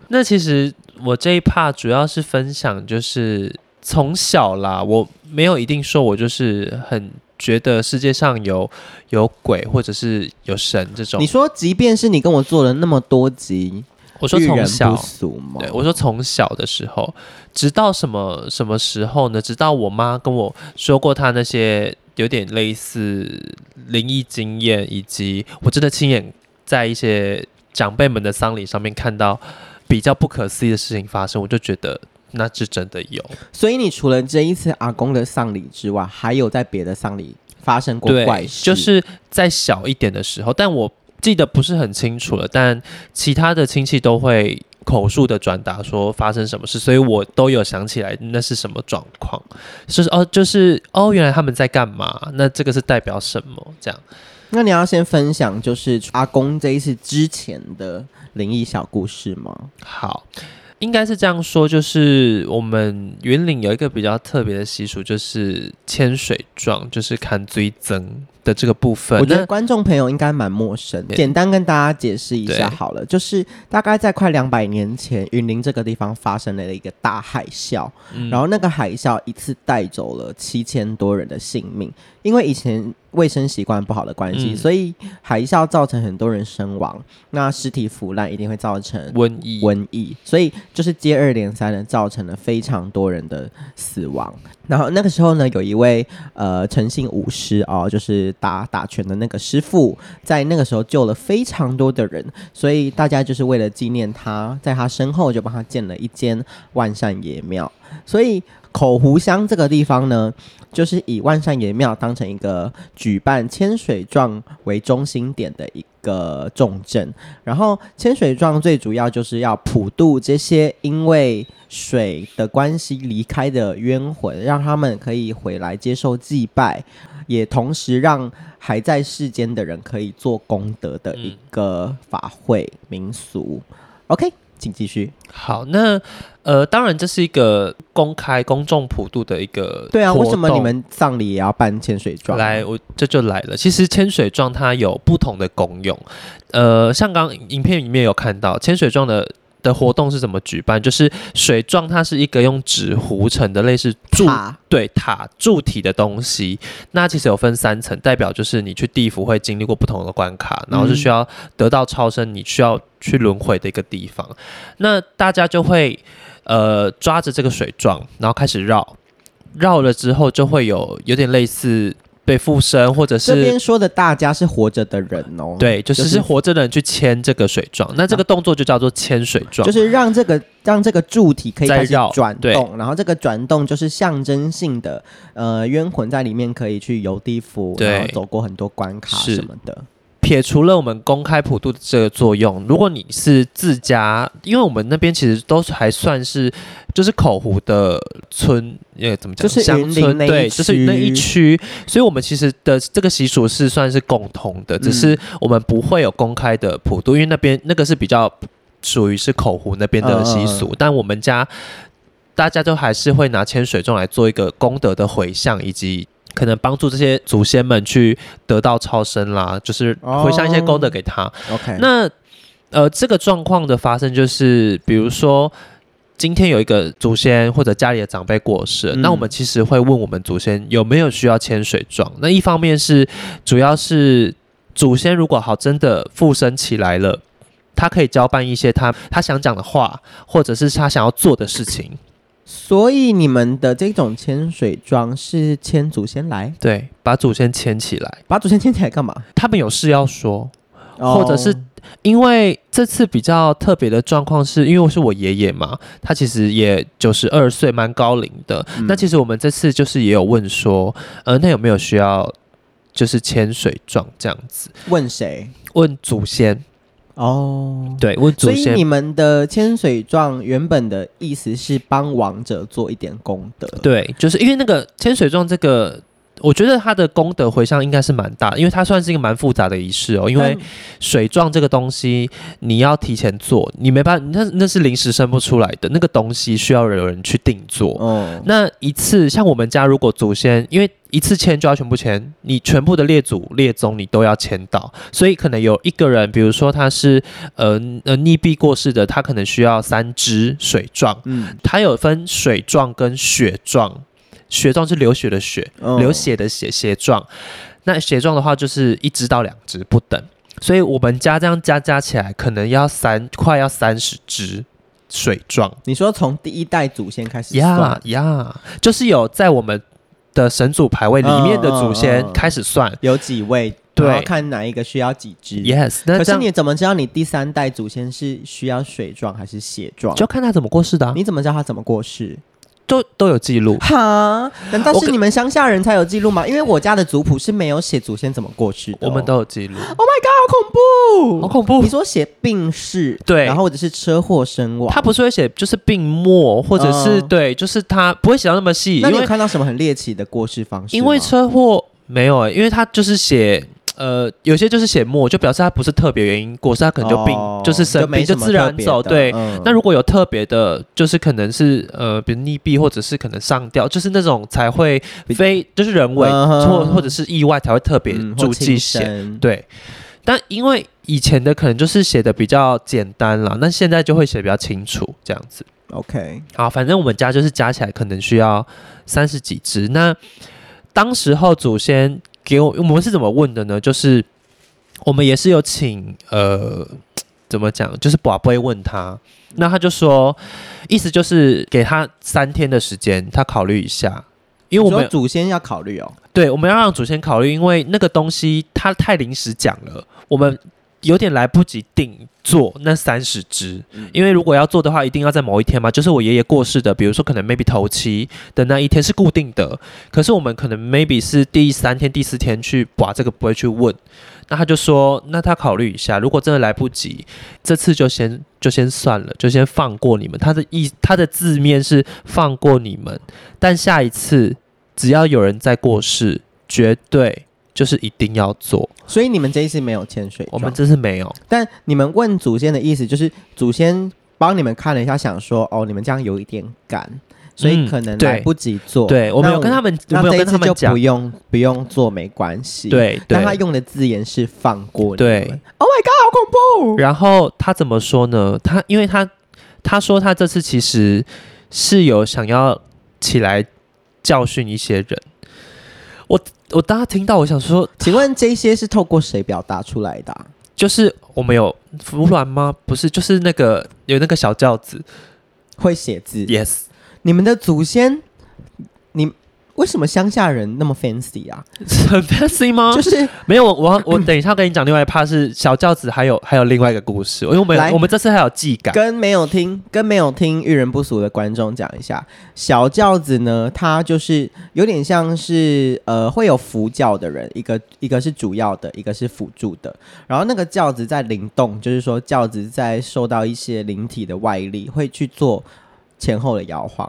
[SPEAKER 2] 那其实我这一趴主要是分享，就是从小啦，我没有一定说我就是很觉得世界上有有鬼或者是有神这种
[SPEAKER 1] 你。说，即便是你跟我做了那么多集，
[SPEAKER 2] 我说
[SPEAKER 1] 遇人
[SPEAKER 2] 从小
[SPEAKER 1] 不，俗吗？
[SPEAKER 2] 对，我说从小的时候，直到什么什么时候呢？直到我妈跟我说过她那些有点类似灵异经验，以及我真的亲眼在一些长辈们的丧礼上面看到比较不可思议的事情发生，我就觉得那是真的有。
[SPEAKER 1] 所以你除了这一次阿公的丧礼之外，还有在别的丧礼发生过
[SPEAKER 2] 对，
[SPEAKER 1] 怪事？
[SPEAKER 2] 就是在小一点的时候，但我记得不是很清楚了，但其他的亲戚都会口述的转达说发生什么事，所以我都有想起来那是什么状况，就是哦，就是哦，原来他们在干嘛？那这个是代表什么？这样
[SPEAKER 1] 那你要先分享，就是阿公这一次之前的灵异小故事吗？
[SPEAKER 2] 好。应该是这样说，就是我们云岭有一个比较特别的习俗，就是千水状，就是砍追增的这个部分。
[SPEAKER 1] 我觉
[SPEAKER 2] 那
[SPEAKER 1] 得观众朋友应该蛮陌生，
[SPEAKER 2] 对
[SPEAKER 1] 简单跟大家解释一下
[SPEAKER 2] 对
[SPEAKER 1] 好了，就是大概在快两百年前，云林这个地方发生了一个大海啸，
[SPEAKER 2] 嗯
[SPEAKER 1] 然后那个海啸一次带走了七千多人的性命，因为以前卫生习惯不好的关系，
[SPEAKER 2] 嗯
[SPEAKER 1] 所以海啸造成很多人身亡，那尸体腐烂一定会造成
[SPEAKER 2] 瘟疫，
[SPEAKER 1] 瘟疫，所以就是接二连三的造成了非常多人的死亡。然后那个时候呢，有一位呃诚信武师哦，就是打打拳的那个师傅，在那个时候救了非常多的人，所以大家就是为了纪念他，在他身后就帮他建了一间万善爷庙。所以口湖乡这个地方呢，就是以万善爷庙当成一个举办千水状为中心点的一个重镇。然后千水状最主要就是要普渡这些因为水的关系离开的冤魂，让他们可以回来接受祭拜，也同时让还在世间的人可以做功德的一个法会民俗。OK，请继续。
[SPEAKER 2] 好，那呃，当然这是一个公开、公众普渡的一个
[SPEAKER 1] 对啊，
[SPEAKER 2] 活
[SPEAKER 1] 为什么你
[SPEAKER 2] 动
[SPEAKER 1] 们葬礼也要办千水状？
[SPEAKER 2] 来，我这就来了。其实千水状它有不同的功用，呃，像刚影片里面有看到千水状的。的活动是怎么举办？就是水状，它是一个用纸糊成的类似柱
[SPEAKER 1] 塔
[SPEAKER 2] 对塔柱体的东西，那其实有分三层，代表就是你去地府会经历过不同的关卡，然后是需要得到超生，你需要去轮回的一个地方。那大家就会呃抓着这个水状，然后开始绕，绕了之后就会有有点类似被附身或者
[SPEAKER 1] 这边
[SPEAKER 2] 是。
[SPEAKER 1] 说的大家是活着的人哦，，
[SPEAKER 2] 对，就
[SPEAKER 1] 就是
[SPEAKER 2] 是活着的人去牵这个水状，那这
[SPEAKER 1] 啊
[SPEAKER 2] 个动作就叫做牵水状。
[SPEAKER 1] 就是让这个让这个柱体可以
[SPEAKER 2] 再
[SPEAKER 1] 开始
[SPEAKER 2] 绕
[SPEAKER 1] 转
[SPEAKER 2] 对
[SPEAKER 1] 动，然后这个转动就是象征性的，呃，冤魂在里面可以去游地府，
[SPEAKER 2] 对
[SPEAKER 1] 然后走过很多关卡
[SPEAKER 2] 是
[SPEAKER 1] 什么的。
[SPEAKER 2] 撇除了我们公开普渡的这个作用，如果你是自家，因为我们那边其实都还算是就是口湖的村，呃，怎么讲？
[SPEAKER 1] 就是
[SPEAKER 2] 乡
[SPEAKER 1] 云林
[SPEAKER 2] 村
[SPEAKER 1] 那一
[SPEAKER 2] 对，就是那一
[SPEAKER 1] 区
[SPEAKER 2] 区，所以我们其实的这个习俗是算是共同的，只
[SPEAKER 1] 嗯
[SPEAKER 2] 是我们不会有公开的普渡，因为那边那个是比较属于是口湖那边的习
[SPEAKER 1] 嗯
[SPEAKER 2] 俗，但我们家大家都还是会拿千水粽来做一个功德的回向以及。可能帮助这些祖先们去得到超生啦，就是回向一些功德给他。
[SPEAKER 1] 哦 OK，
[SPEAKER 2] 那呃，这个状况的发生就是，比如说。今天有一个祖先或者家里的长辈过世，
[SPEAKER 1] 嗯
[SPEAKER 2] 那我们其实会问我们祖先有没有需要签水状。那一方面是，主要是祖先如果好真的附身起来了，他可以交办一些他他想讲的话，或者是他想要做的事情。
[SPEAKER 1] 所以你们的这种千水妆是千祖先来，
[SPEAKER 2] 对，把祖先牵起来，
[SPEAKER 1] 把祖先牵起来干嘛？
[SPEAKER 2] 他们有事要说。
[SPEAKER 1] 哦
[SPEAKER 2] 或者是因为这次比较特别的状况是，因为是我爷爷嘛，他其实也九十二岁，蛮高龄的。
[SPEAKER 1] 嗯
[SPEAKER 2] 那其实我们这次就是也有问说，呃，那有没有需要就是签水状这样子？
[SPEAKER 1] 问谁？
[SPEAKER 2] 问祖先，
[SPEAKER 1] 哦，
[SPEAKER 2] 对，问
[SPEAKER 1] 所
[SPEAKER 2] 祖
[SPEAKER 1] 以
[SPEAKER 2] 先
[SPEAKER 1] 你。们的千水状原本的意思是帮亡者做一点功德，，
[SPEAKER 2] 对，就是因为那个千水状这个，我觉得它的功德回向应该是蛮大的，因为它算是一个蛮复杂的仪式哦。因为
[SPEAKER 1] 嗯
[SPEAKER 2] 水状这个东西，你要提前做，你没办法，那那是临时生不出来的，那个东西需要有人去定做。
[SPEAKER 1] 哦，
[SPEAKER 2] 那一次，像我们家如果祖先，因为一次签就要全部签，你全部的列祖列宗你都要签到，所以可能有一个人，比如说他是呃呃溺毙过世的，他可能需要三支水状，
[SPEAKER 1] 嗯，
[SPEAKER 2] 它有分水状跟血状，血状是流血的血，
[SPEAKER 1] 哦
[SPEAKER 2] 流血的血血状，那血状的话就是一只到两只不等，所以我们家这样加加起来可能要三快要三十只水状。
[SPEAKER 1] 你说从第一代祖先开始
[SPEAKER 2] 呀
[SPEAKER 1] 算，
[SPEAKER 2] 呀，就是有在我们的神主牌位里面的祖
[SPEAKER 1] 嗯嗯嗯
[SPEAKER 2] 先
[SPEAKER 1] 嗯
[SPEAKER 2] 开始算。
[SPEAKER 1] 有几位，
[SPEAKER 2] 对
[SPEAKER 1] 然后看哪一个需要几只。
[SPEAKER 2] Yes，那
[SPEAKER 1] 嗯可
[SPEAKER 2] 这
[SPEAKER 1] 是
[SPEAKER 2] 样
[SPEAKER 1] 你怎么知道你第三代祖先是需要水状还是血状？
[SPEAKER 2] 就看他怎么过世的、啊，
[SPEAKER 1] 你怎么知道他怎么过世？
[SPEAKER 2] 都都有记
[SPEAKER 1] [laughs]
[SPEAKER 2] 录。
[SPEAKER 1] 哈？难道
[SPEAKER 2] 我
[SPEAKER 1] 是
[SPEAKER 2] 跟
[SPEAKER 1] 你们乡下人才有记录吗？因为我家的族谱是没有写祖先怎么过世的哦、
[SPEAKER 2] 我们都有记录，
[SPEAKER 1] Oh my god，好恐怖！
[SPEAKER 2] 好恐怖
[SPEAKER 1] 你！说写病逝，
[SPEAKER 2] 对
[SPEAKER 1] 然后或者是车祸身亡，
[SPEAKER 2] 他不是会写就是病末，或者是、
[SPEAKER 1] 嗯
[SPEAKER 2] 对，就是他不会写到那么细，
[SPEAKER 1] 那
[SPEAKER 2] 因
[SPEAKER 1] 你有
[SPEAKER 2] 为
[SPEAKER 1] 看到什么很猎奇的过世方式吗？
[SPEAKER 2] 因为车祸没有、欸，因为他就是写呃有些就是写末，就表示他不是特别原因过世，他可能就病、
[SPEAKER 1] 哦
[SPEAKER 2] 就是生
[SPEAKER 1] 没
[SPEAKER 2] 病
[SPEAKER 1] 什
[SPEAKER 2] 就
[SPEAKER 1] 么
[SPEAKER 2] 自
[SPEAKER 1] 特
[SPEAKER 2] 然
[SPEAKER 1] 别
[SPEAKER 2] 走，
[SPEAKER 1] 的
[SPEAKER 2] 对。
[SPEAKER 1] 嗯
[SPEAKER 2] 那如果有特别的，就是可能是呃，比如溺毙或者是可能上吊，就是那种才会
[SPEAKER 1] 比
[SPEAKER 2] 非就是人为
[SPEAKER 1] 嗯哼
[SPEAKER 2] 或或者是意外才会特别
[SPEAKER 1] 嗯或
[SPEAKER 2] 注记
[SPEAKER 1] 轻
[SPEAKER 2] 写。
[SPEAKER 1] 生
[SPEAKER 2] 对，但因为以前的可能就是写的比较简单啦，那现在就会写得比较清楚这样子。
[SPEAKER 1] ，OK，
[SPEAKER 2] 好，反正我们家就是加起来可能需要三十几只。那当时候祖先给我我们是怎么问的呢？就是我们也是有请呃，怎么讲，就是宝贝问他，那他就说，意思就是给他三天的时间，他考虑一下。因为我
[SPEAKER 1] 你
[SPEAKER 2] 们
[SPEAKER 1] 说祖先要考虑哦，
[SPEAKER 2] 对我们要让祖先考虑，因为那个东西它太临时讲了，我们有点来不及定做那三十只。因为如果要做的话，一定要在某一天嘛，就是我爷爷过世的，比如说可能 maybe 头七的那一天是固定的，可是我们可能 maybe 是第三天、第四天去把这个不会去问，那他就说，那他考虑一下，如果真的来不及，这次就先就先算了，就先放过你们。他的意他的字面是放过你们，但下一次只要有人在过世，绝对就是一定要做。
[SPEAKER 1] 所以你们这一次没有潜水
[SPEAKER 2] 我
[SPEAKER 1] 状，
[SPEAKER 2] 们这次没有，
[SPEAKER 1] 但你们问祖先的意思就是祖先帮你们看了一下，想说哦，你们这样有一点赶，所以
[SPEAKER 2] 嗯
[SPEAKER 1] 可能
[SPEAKER 2] 对
[SPEAKER 1] 来不及做。，
[SPEAKER 2] 对我们有跟他们，我
[SPEAKER 1] 那
[SPEAKER 2] 们
[SPEAKER 1] 这
[SPEAKER 2] 有
[SPEAKER 1] 一
[SPEAKER 2] 跟他
[SPEAKER 1] 次
[SPEAKER 2] 们
[SPEAKER 1] 就
[SPEAKER 2] 讲
[SPEAKER 1] 不，用不用做，没关系。。
[SPEAKER 2] 对
[SPEAKER 1] 但他
[SPEAKER 2] 对。
[SPEAKER 1] 用的字眼是放过你
[SPEAKER 2] 对
[SPEAKER 1] 们，Oh my god，好恐怖！
[SPEAKER 2] 然后他怎么说呢？他因为他他说他这次其实是有想要起来教训一些人。我我当他听到，我想说，
[SPEAKER 1] 请问这些是透过谁表达出来的啊、
[SPEAKER 2] 就是我们有服软吗？不是，就是那个有那个小轿子
[SPEAKER 1] 会写字
[SPEAKER 2] [laughs] ，yes，
[SPEAKER 1] 你们的祖先，你为什么乡下人那么 fancy 啊？
[SPEAKER 2] 很 fancy 吗？
[SPEAKER 1] 就是
[SPEAKER 2] 没有，我我我等一下跟你讲另外一趴是小轿子，还有还有另外一个故事，因为我
[SPEAKER 1] 来
[SPEAKER 2] 们我们这次还有技感，
[SPEAKER 1] 跟没有听跟没有听遇人不俗的观众讲一下，小轿子呢，它就是有点像是呃会有扶轿的人，一个一个是主要的，一个是辅助的。然后那个轿子在灵动，就是说轿子在受到一些灵体的外力，会去做前后的摇晃。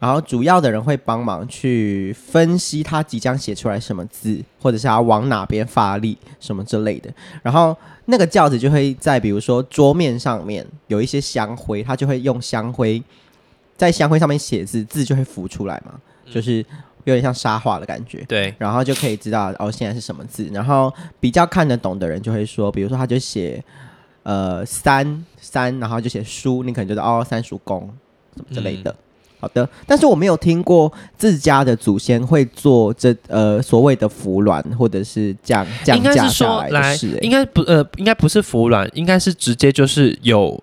[SPEAKER 1] 然后主要的人会帮忙去分析他即将写出来什么字，或者是他往哪边发力什么之类的。然后那个轿子就会在比如说桌面上面有一些香灰，他就会用香灰在香灰上面写字，字就会浮出来嘛，就是。有点像沙画的感觉。
[SPEAKER 2] 对，
[SPEAKER 1] 然后就可以知道哦，现在是什么字。然后比较看得懂的人就会说，比如说他就写呃三三，然后就写叔，你可能觉得哦三叔公什么之类
[SPEAKER 2] 嗯
[SPEAKER 1] 的。好的，但是我没有听过自家的祖先会做这呃所谓的服卵或者是降降
[SPEAKER 2] 应该
[SPEAKER 1] 价
[SPEAKER 2] 是
[SPEAKER 1] 下
[SPEAKER 2] 说
[SPEAKER 1] 来
[SPEAKER 2] 来
[SPEAKER 1] 的事、，
[SPEAKER 2] 应该不呃，应该不是服软，应该是直接就是有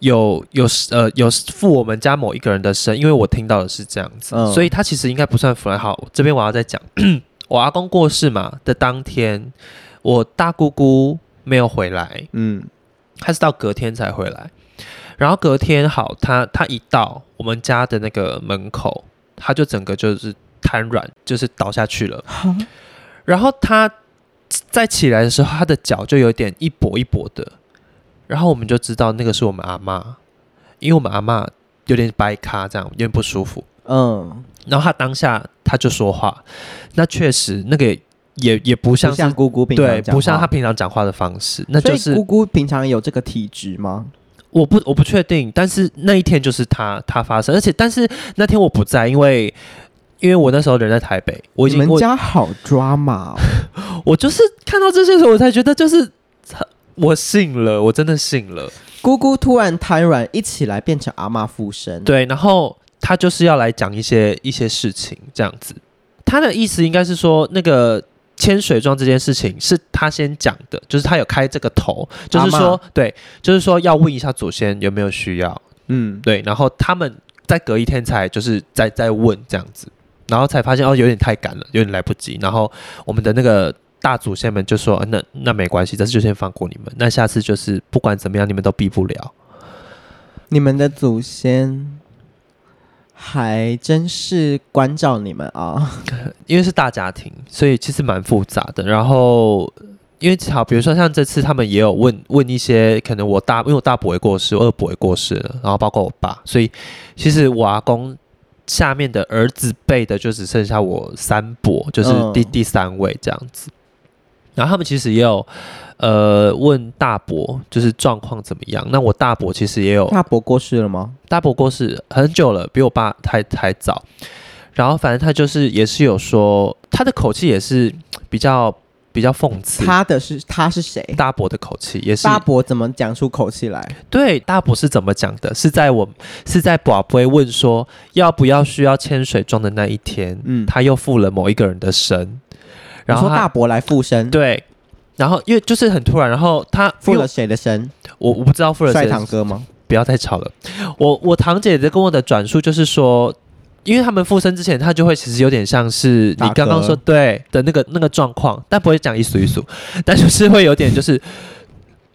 [SPEAKER 2] 有有呃有附我们家某一个人的身，因为我听到的是这样子，
[SPEAKER 1] 嗯
[SPEAKER 2] 所以他其实应该不算服软。好，这边我要再讲， [clears throat] 我阿公过世嘛的当天，我大姑姑没有回来，
[SPEAKER 1] 嗯
[SPEAKER 2] 他是到隔天才回来。然后隔天好，他他一到我们家的那个门口，他就整个就是瘫软，就是倒下去了。然后他再起来的时候，他的脚就有点一跛一跛的。然后我们就知道那个是我们阿妈，因为我们阿妈有点掰咖，这样有点不舒服。
[SPEAKER 1] 嗯，
[SPEAKER 2] 然后他当下他就说话，那确实那个也也不像
[SPEAKER 1] 不
[SPEAKER 2] 是
[SPEAKER 1] 像姑姑平常
[SPEAKER 2] 对，
[SPEAKER 1] 讲
[SPEAKER 2] 不像
[SPEAKER 1] 话
[SPEAKER 2] 他，平常讲话的方式，那就
[SPEAKER 1] 所
[SPEAKER 2] 是
[SPEAKER 1] 以姑姑平常有这个体质吗？
[SPEAKER 2] 我不我不确定，但是那一天就是他他发生，而且但是那天我不在，因为因为我那时候人在台北，我已
[SPEAKER 1] 你
[SPEAKER 2] 经
[SPEAKER 1] 们
[SPEAKER 2] 我
[SPEAKER 1] 家好抓马、哦，
[SPEAKER 2] 我就是看到这些时候，我才觉得就是我信了，我真的信了。
[SPEAKER 1] 姑姑突然瘫软，一起来变成阿嬷附身。
[SPEAKER 2] 对，然后他就是要来讲一些一些事情这样子，他的意思应该是说那个。铅水状这件事情是他先讲的，就是他有开这个头，就是
[SPEAKER 1] 阿嬷
[SPEAKER 2] 说，对，就是说要问一下祖先有没有需要，
[SPEAKER 1] 嗯，
[SPEAKER 2] 对，然后他们再隔一天才就是再再问这样子，然后才发现哦有点太赶了，有点来不及。然后我们的那个大祖先们就说，呃那那没关系，这次就先放过你们，那下次就是不管怎么样，你们都避不了。
[SPEAKER 1] 你们的祖先还真是关照你们啊、
[SPEAKER 2] 因为是大家庭，所以其实蛮复杂的。然后，因为好，比如说像这次他们也有问问一些，可能我大，因为我大伯也过世，我二伯也过世了，然后包括我爸，所以其实我阿公下面的儿子辈的就只剩下我三伯，就是第、
[SPEAKER 1] 嗯
[SPEAKER 2] 第三位这样子。然后他们其实也有，呃，问大伯就是状况怎么样。那我大伯其实也有
[SPEAKER 1] 大伯过世了吗？
[SPEAKER 2] 大伯过世很久了，比我爸还还早。然后反正他就是也是有说，他的口气也是比较比较讽刺。
[SPEAKER 1] 他的是他是谁？
[SPEAKER 2] 大伯的口气也是
[SPEAKER 1] 大伯怎么讲出口气来？
[SPEAKER 2] 对大伯是怎么讲的？是在我是在宝贝问说要不要需要铅水装的那一天，
[SPEAKER 1] 嗯，
[SPEAKER 2] 他又附了某一个人的身，然
[SPEAKER 1] 你
[SPEAKER 2] 后
[SPEAKER 1] 说大
[SPEAKER 2] 他
[SPEAKER 1] 伯来附身，
[SPEAKER 2] 对，然后因为就是很突然，然后他
[SPEAKER 1] 附
[SPEAKER 2] 因
[SPEAKER 1] 了
[SPEAKER 2] 为
[SPEAKER 1] 谁的身？
[SPEAKER 2] 我我不知道附了
[SPEAKER 1] 帅
[SPEAKER 2] 谁的
[SPEAKER 1] 堂哥吗？
[SPEAKER 2] 不要再吵了。我我堂姐在跟我的转述就是说，因为他们附身之前，他就会其实有点像是
[SPEAKER 1] 打嗝
[SPEAKER 2] 你刚刚说对的那个那个状况，但不会讲一数一数， [laughs] 但就是会有点就是，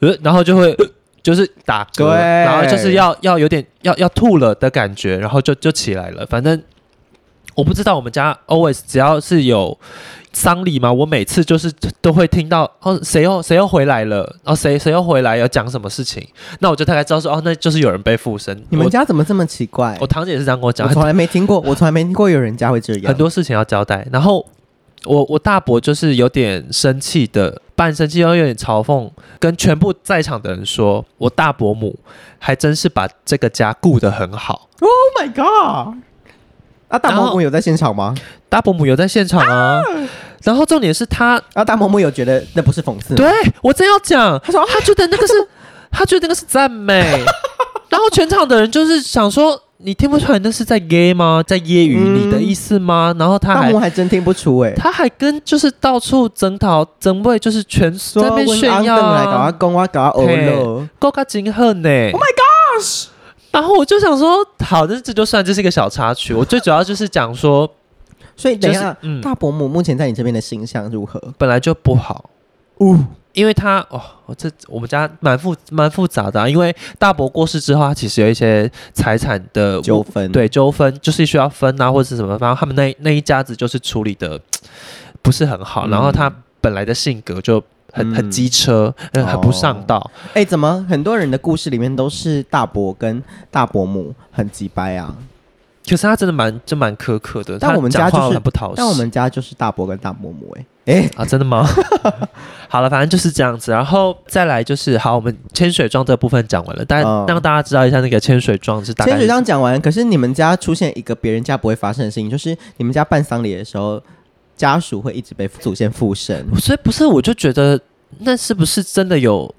[SPEAKER 2] 呃，然后就会。呃就是打嗝，
[SPEAKER 1] 对
[SPEAKER 2] 然后就是要要有点要要吐了的感觉，然后就就起来了。反正我不知道我们家 always 只要是有丧礼嘛，我每次就是都会听到哦，谁又谁又回来了，哦谁谁又回来要讲什么事情，那我就大概知道说哦，那就是有人被附身。
[SPEAKER 1] 你们家怎么这么奇怪
[SPEAKER 2] 我我？堂姐也是这样跟我讲
[SPEAKER 1] 我，从来没听过，我从来没听过有人家会这样。
[SPEAKER 2] 很多事情要交代。然后我我大伯就是有点生气的，半生气又有点嘲讽，跟全部在场的人说，我大伯母还真是把这个家顾得很好。
[SPEAKER 1] Oh my god！啊，大
[SPEAKER 2] 然后
[SPEAKER 1] 伯母有在现场吗？
[SPEAKER 2] 大伯母有在现场啊，然后重点是他
[SPEAKER 1] 啊，大伯母有觉得那不是讽刺吗？
[SPEAKER 2] 对我真要讲，
[SPEAKER 1] 他说啊
[SPEAKER 2] 他觉得那个是，他觉得那个是赞美，
[SPEAKER 1] [laughs]
[SPEAKER 2] 然后全场的人就是想说，你听不出来那是在揶吗？在揶揄你的意思吗？然后他
[SPEAKER 1] 大
[SPEAKER 2] 还
[SPEAKER 1] 伯母嗯还真听不出哎、
[SPEAKER 2] 他还跟就是到处征讨争位，就是全在
[SPEAKER 1] 说
[SPEAKER 2] 那边
[SPEAKER 1] 温
[SPEAKER 2] 炫
[SPEAKER 1] 安
[SPEAKER 2] 耀
[SPEAKER 1] 顿来搞阿
[SPEAKER 2] 啊，
[SPEAKER 1] 公，我搞阿欧咯。
[SPEAKER 2] 够他真恨呢。Oh my gosh！然后我就想说，好，那这就算这是一个小插曲。我最主要就是讲说，
[SPEAKER 1] 所以等
[SPEAKER 2] 就
[SPEAKER 1] 一
[SPEAKER 2] 是
[SPEAKER 1] 下，
[SPEAKER 2] 嗯，
[SPEAKER 1] 大伯母目前在你这边的形象如何？
[SPEAKER 2] 本来就不好。
[SPEAKER 1] 哦，
[SPEAKER 2] 因为他哦，我这我们家蛮复蛮复杂的、啊，因为大伯过世之后，他其实有一些财产的
[SPEAKER 1] 纠纷，
[SPEAKER 2] 对纠纷，就是需要分啊，或者是什么，反正他们那那一家子就是处理的不是很好，
[SPEAKER 1] 嗯
[SPEAKER 2] 然后他本来的性格就很很
[SPEAKER 1] 嗯
[SPEAKER 2] 机车，呃很不上道，
[SPEAKER 1] 哎、怎么很多人的故事里面都是大伯跟大伯母很鸡掰啊？
[SPEAKER 2] 可是他真的蛮真蛮苛刻的，
[SPEAKER 1] 但
[SPEAKER 2] 他
[SPEAKER 1] 我们家
[SPEAKER 2] 讲话
[SPEAKER 1] 就是
[SPEAKER 2] 很不讨喜。
[SPEAKER 1] 但我们家就是大伯跟大嬷嬷、欸，哎、哎，
[SPEAKER 2] 啊，真
[SPEAKER 1] [laughs]
[SPEAKER 2] 的吗？好了，反正就是这样子，然后再来就是好，我们千水庄这部分讲完了，但
[SPEAKER 1] 嗯
[SPEAKER 2] 让大家知道一下那个千水庄是大概
[SPEAKER 1] 千水这样讲完，可是你们家出现一个别人家不会发生的事情，就是你们家办丧礼的时候，家属会一直被祖先附身。
[SPEAKER 2] 所以不是，我就觉得那是不是真的有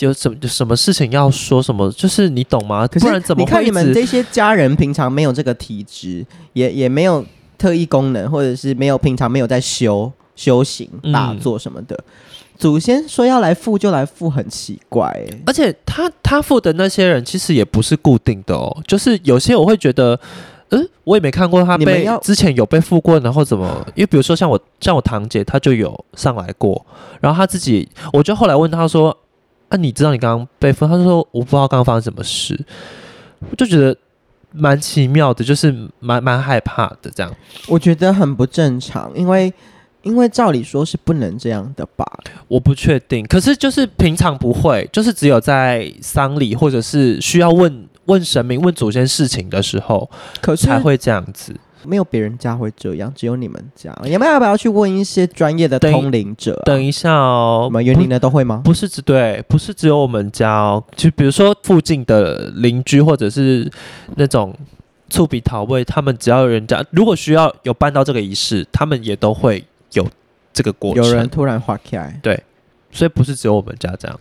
[SPEAKER 2] 有什么有什么事情要说什么？就是你懂吗？
[SPEAKER 1] 可
[SPEAKER 2] 不然
[SPEAKER 1] 是
[SPEAKER 2] 怎
[SPEAKER 1] 你
[SPEAKER 2] 么
[SPEAKER 1] 看
[SPEAKER 2] 会
[SPEAKER 1] 你
[SPEAKER 2] 一
[SPEAKER 1] 们
[SPEAKER 2] 直？
[SPEAKER 1] 这些家人平常没有这个体质，也也没有特异功能，或者是没有平常没有在修修行、
[SPEAKER 2] 嗯
[SPEAKER 1] 打坐什么的，祖先说要来附就来附，很奇怪、欸。
[SPEAKER 2] 而且他他付的那些人其实也不是固定的哦，就是有些我会觉得。嗯，我也没看过他
[SPEAKER 1] 你们
[SPEAKER 2] 被
[SPEAKER 1] 要
[SPEAKER 2] 之前有被付过，然后怎么？因为比如说像我像我堂姐，她就有上来过，然后她自己，我就后来问她说：“啊，你知道你刚刚被付？”她就说：“我不知道刚刚发生什么事。”我就觉得蛮奇妙的，就是蛮蛮害怕的这样。
[SPEAKER 1] 我觉得很不正常，因为因为照理说是不能这样的吧？
[SPEAKER 2] 我不确定，可是就是平常不会，就是只有在丧礼或者是需要问问神明、问祖先事情的时候
[SPEAKER 1] 可是
[SPEAKER 2] 才会这样子。
[SPEAKER 1] 没有别人家会这样，只有你们家。你们要不要去问一些专业的
[SPEAKER 2] 等
[SPEAKER 1] 通灵者、啊？
[SPEAKER 2] 等一下
[SPEAKER 1] 我
[SPEAKER 2] 哦，
[SPEAKER 1] 们园林的都会吗？
[SPEAKER 2] 不是只对，不是只有我们家哦，就比如说附近的邻居或者是那种醋比桃味，他们只要有人家如果需要有办到这个仪式，他们也都会有这个过程。
[SPEAKER 1] 有人突然滑起来，
[SPEAKER 2] 所以不是只有我们家这样，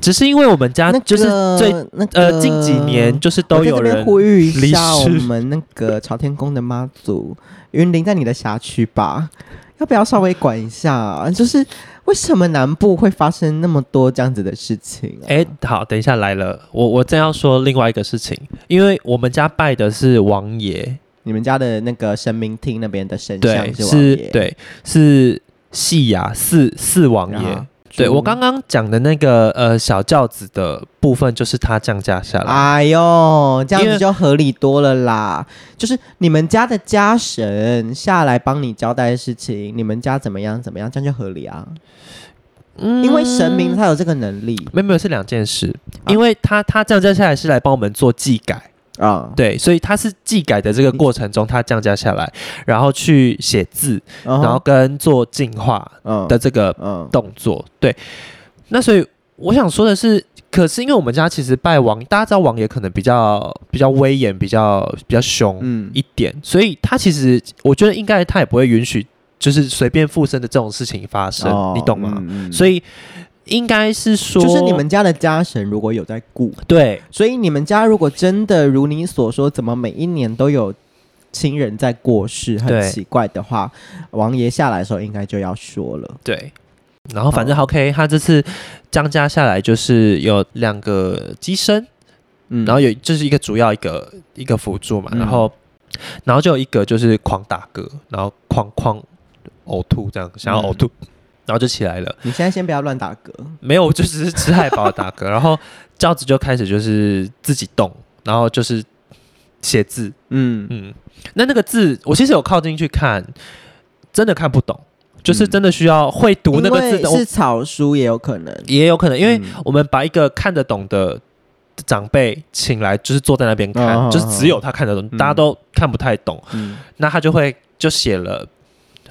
[SPEAKER 2] 只是因为我们家
[SPEAKER 1] 那
[SPEAKER 2] 就是
[SPEAKER 1] 个
[SPEAKER 2] 最、
[SPEAKER 1] 那个
[SPEAKER 2] 呃近几年就是都
[SPEAKER 1] 我在
[SPEAKER 2] 有
[SPEAKER 1] 这边
[SPEAKER 2] 人
[SPEAKER 1] 呼吁一
[SPEAKER 2] 离
[SPEAKER 1] 下我
[SPEAKER 2] 世
[SPEAKER 1] 们那个朝天宫的妈祖，云林在你的辖区吧，要不要稍微管一下、啊？就是为什么南部会发生那么多这样子的事情、啊？
[SPEAKER 2] 哎、好，等一下来了，我我正要说另外一个事情，因为我们家拜的是王爷，
[SPEAKER 1] 你们家的那个神明厅那边的神
[SPEAKER 2] 对，
[SPEAKER 1] 像王
[SPEAKER 2] 是
[SPEAKER 1] 爷，
[SPEAKER 2] 对，是戏雅四四王
[SPEAKER 1] 然后
[SPEAKER 2] 爷。对
[SPEAKER 1] 猪
[SPEAKER 2] 我刚刚讲的那个呃小轿子的部分，就是他降价下来。
[SPEAKER 1] 哎呦，这样
[SPEAKER 2] 因
[SPEAKER 1] 子
[SPEAKER 2] 为
[SPEAKER 1] 就合理多了啦。就是你们家的家神下来帮你交代事情，你们家怎么样怎么样，这样就合理啊。
[SPEAKER 2] 嗯
[SPEAKER 1] 因为神明他有这个能力
[SPEAKER 2] 没有没有是两件事，
[SPEAKER 1] 啊
[SPEAKER 2] 因为他他降价下来是来帮我们做祭改。
[SPEAKER 1] 啊。
[SPEAKER 2] 对，所以他是技改的这个过程中，他降价下来，然后去写字，
[SPEAKER 1] 然
[SPEAKER 2] 然后跟做进化
[SPEAKER 1] 嗯
[SPEAKER 2] 的这个
[SPEAKER 1] 嗯
[SPEAKER 2] 动作。对，那所以我想说的是，可是因为我们家其实拜王，大家知道王爷可能比较比较威严，比较比较凶
[SPEAKER 1] 嗯
[SPEAKER 2] 一点，所以他其实我觉得应该他也不会允许就是随便附身的这种事情发生，你懂吗？？
[SPEAKER 1] 嗯嗯
[SPEAKER 2] 所以应该是说，
[SPEAKER 1] 就是你们家的家神如果有在顾，
[SPEAKER 2] 对
[SPEAKER 1] 所以你们家如果真的如你所说，怎么每一年都有亲人在过世，很
[SPEAKER 2] 对
[SPEAKER 1] 奇怪的话，王爷下来的时候应该就要说了。
[SPEAKER 2] 对。然后反正
[SPEAKER 1] 好
[SPEAKER 2] OK，他这次降价下来就是有两个机身，
[SPEAKER 1] 嗯
[SPEAKER 2] 然后有就是一个主要一个一个辅助嘛，
[SPEAKER 1] 嗯
[SPEAKER 2] 然后然后就有一个就是狂打嗝，然后狂狂呕吐这样，想要
[SPEAKER 1] 嗯
[SPEAKER 2] 呕吐，然后就起来了。
[SPEAKER 1] 你现在先不要乱打嗝，
[SPEAKER 2] 没有，我就只是吃汉堡打嗝，然后轿子就开始就是自己动，然后就是写字，
[SPEAKER 1] 嗯，
[SPEAKER 2] 嗯，那那个字我其实有靠近去看，真的看不懂，就是
[SPEAKER 1] 嗯
[SPEAKER 2] 真的需要会读那个字
[SPEAKER 1] 因
[SPEAKER 2] 的，
[SPEAKER 1] 为
[SPEAKER 2] 我
[SPEAKER 1] 是草书也有可能，
[SPEAKER 2] 也有可能因为。
[SPEAKER 1] 嗯
[SPEAKER 2] 我们把一个看得懂的长辈请来，就是坐在那边看，
[SPEAKER 1] 哦
[SPEAKER 2] 就是只有他看得懂，
[SPEAKER 1] 嗯
[SPEAKER 2] 大家都看不太懂，
[SPEAKER 1] 嗯
[SPEAKER 2] 那他就会就写了，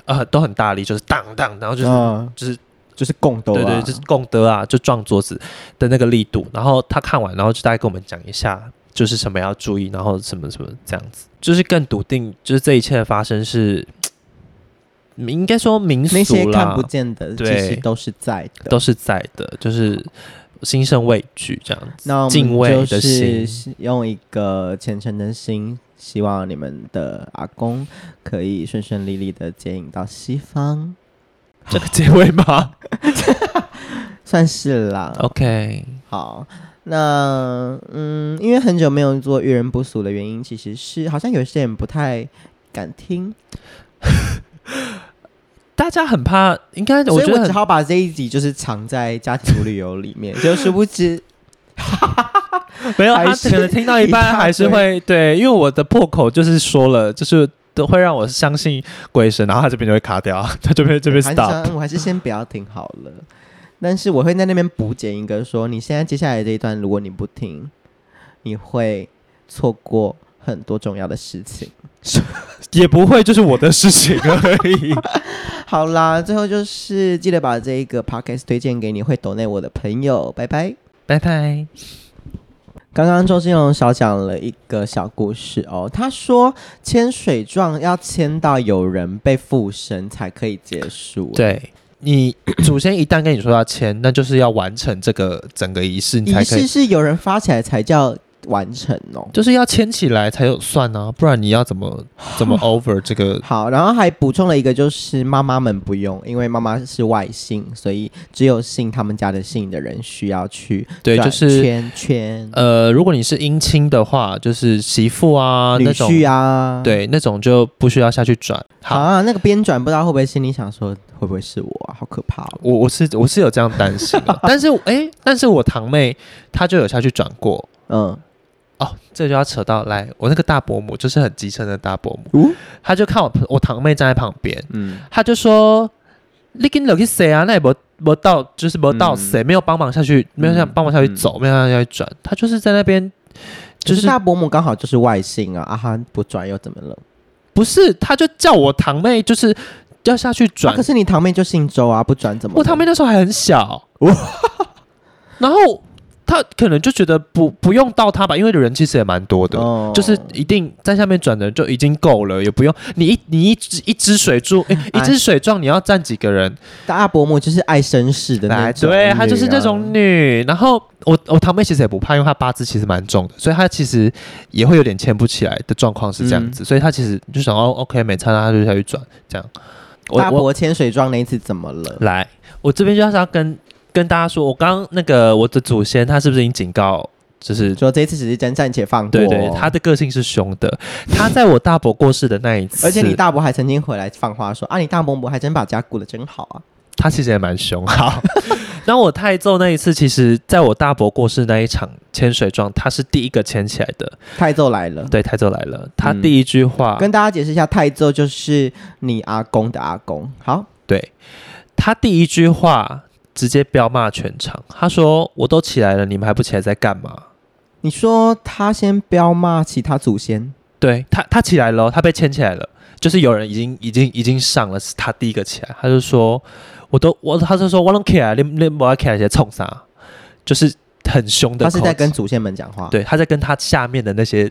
[SPEAKER 2] 呃，都很大力，就是当当，然后就是、
[SPEAKER 1] 嗯
[SPEAKER 2] 就是
[SPEAKER 1] 就是共斗
[SPEAKER 2] 对
[SPEAKER 1] 啊，
[SPEAKER 2] 对，就是共德啊，就撞桌子的那个力度。然后他看完，然后就大概跟我们讲一下，就是什么要注意，然后什么什么这样子，就是更笃定，就是这一切的发生是。应该说民俗啦，
[SPEAKER 1] 那些看不见的其
[SPEAKER 2] 对
[SPEAKER 1] 实都是在的，
[SPEAKER 2] 都是在的，就是心生畏惧这样子，
[SPEAKER 1] 那我
[SPEAKER 2] 敬
[SPEAKER 1] 们
[SPEAKER 2] 畏
[SPEAKER 1] 就
[SPEAKER 2] 的
[SPEAKER 1] 是
[SPEAKER 2] 心。
[SPEAKER 1] 用一个虔诚的心，希望你们的阿公可以顺顺利利的接引到西方，
[SPEAKER 2] 这个结尾
[SPEAKER 1] [laughs] 啊
[SPEAKER 2] 吗
[SPEAKER 1] 算是啦。
[SPEAKER 2] 哦？OK，
[SPEAKER 1] 好，那嗯，因为很久没有做遇人不俗的原因，其实是好像有些人不太敢听，
[SPEAKER 2] 大家很怕，应该
[SPEAKER 1] 所
[SPEAKER 2] 我
[SPEAKER 1] 以
[SPEAKER 2] 觉
[SPEAKER 1] 我
[SPEAKER 2] 得
[SPEAKER 1] 只
[SPEAKER 2] 很
[SPEAKER 1] 好把这一集就是藏在家庭无旅游里面，就殊不知
[SPEAKER 2] 没有，
[SPEAKER 1] 还
[SPEAKER 2] 他
[SPEAKER 1] 是
[SPEAKER 2] 可能听到
[SPEAKER 1] 一
[SPEAKER 2] 一半
[SPEAKER 1] 大
[SPEAKER 2] 还是
[SPEAKER 1] 堆
[SPEAKER 2] 会对，因为我的破口就是说了，就是都会让我相信鬼神，然后他这边就会卡掉，他这边这边
[SPEAKER 1] 韩
[SPEAKER 2] stop。
[SPEAKER 1] 商，我还是先不要听好了。但是我会在那边补剪一个说，你现在接下来这一段，如果你不听，你会错过很多重要的事情。
[SPEAKER 2] 也不会就是我的事情而
[SPEAKER 1] [laughs]
[SPEAKER 2] 已。
[SPEAKER 1] 好啦，最后就是记得把这一个 podcast 推荐给你会懂内我的朋友，拜拜。
[SPEAKER 2] 拜拜。
[SPEAKER 1] 刚刚周金龙少讲了一个小故事哦，他说签水状要签到有人被附身才可以结束，，
[SPEAKER 2] 对你祖先一旦跟你说要签，那就是要完成这个整个仪式，你
[SPEAKER 1] 仪
[SPEAKER 2] 才可
[SPEAKER 1] 式
[SPEAKER 2] 以，
[SPEAKER 1] 是有人发起来才叫完成哦。
[SPEAKER 2] 就是要签起来才有算啊，不然你要怎么怎 [laughs] 么 over 这个？
[SPEAKER 1] 好，然后还补充了一个，就是妈妈们不用，因为妈妈是外姓，所以只有姓他们家的姓的人需要去
[SPEAKER 2] 对，
[SPEAKER 1] 转
[SPEAKER 2] 就是
[SPEAKER 1] 圈圈、
[SPEAKER 2] 呃，如果你是姻亲的话，就是媳妇啊
[SPEAKER 1] 女
[SPEAKER 2] 那种，
[SPEAKER 1] 婿啊，。
[SPEAKER 2] 对那种就不需要下去转。好，
[SPEAKER 1] 啊，那个编转不知道会不会心里想说，会不会是我啊？好可怕、哦！
[SPEAKER 2] 我我是我是有这样担心 [laughs] 的，但是诶，但是我堂妹她就有下去转过
[SPEAKER 1] 嗯，
[SPEAKER 2] 哦，这就要扯到来，我那个大伯母就是很机车的大伯
[SPEAKER 1] 哦
[SPEAKER 2] 母，她就看我我堂妹站在旁边，
[SPEAKER 1] 嗯，
[SPEAKER 2] 他就说：“你跟落去谁啊？那也没没到，就是没到谁、
[SPEAKER 1] 嗯
[SPEAKER 2] 没有帮忙下去，没有想帮忙下去走，没有让下去转。他就是在那边，
[SPEAKER 1] 就
[SPEAKER 2] 就是是
[SPEAKER 1] 大伯母刚好就是外姓啊，啊哈，不转又怎么了？
[SPEAKER 2] 不是，他就叫我堂妹，就是要下去
[SPEAKER 1] 啊
[SPEAKER 2] 转。
[SPEAKER 1] 可是你堂妹就姓周啊，不转怎么了？
[SPEAKER 2] 我堂妹那时候还很小，然后他可能就觉得不不用到他吧，因为人其实也蛮多的。
[SPEAKER 1] 哦
[SPEAKER 2] 就是一定在下面转的就已经够了，也不用你一你一只一只水柱，哎、一只水状你要站几个人？
[SPEAKER 1] 大伯母就是爱绅士的那
[SPEAKER 2] 来，
[SPEAKER 1] 种、啊
[SPEAKER 2] 哎对，她就是那种。女。然后我我堂妹其实也不怕，因为她八字其实蛮重的，所以她其实也会有点牵不起来的状况是这样
[SPEAKER 1] 嗯
[SPEAKER 2] 子，所以她其实就想哦，OK，没差，那她就下去转这样。我
[SPEAKER 1] 大
[SPEAKER 2] 我
[SPEAKER 1] 伯潜水装那一次怎么了？
[SPEAKER 2] 来，我这边就是要跟跟大家说，我刚刚那个我的祖先他是不是已经警告，就是。
[SPEAKER 1] 说这一次只是真暂且放过，
[SPEAKER 2] 对对，他的个性是凶的。他在我大伯过世的那一次，
[SPEAKER 1] 而且你大伯还曾经回来放话说啊，你大伯母还真把家顾得真好啊。
[SPEAKER 2] 他其实也蛮凶。好， [laughs] 然后我太揍那一次，其实在我大伯过世那一场潜水状，他是第一个牵起来的。
[SPEAKER 1] 太揍来了，
[SPEAKER 2] 对，泰州来了，他
[SPEAKER 1] 嗯
[SPEAKER 2] 第一句话，
[SPEAKER 1] 跟大家解释一下，太揍就是你阿公的阿公。好，
[SPEAKER 2] 对他第一句话直接彪骂全场。他说：“我都起来了，你们还不起来在干嘛
[SPEAKER 1] 你说他先彪骂其他祖先，？”
[SPEAKER 2] 对他，他起来了哦，他被牵起来了，就是有人已经已经已经上了，是他第一个起来，他就说：“我都我，他就说我拢起来，你你不要起来，在冲啥？”就是很凶的
[SPEAKER 1] 他
[SPEAKER 2] 口气，
[SPEAKER 1] 是在跟祖先们讲话。，
[SPEAKER 2] 对他在跟他下面的那些，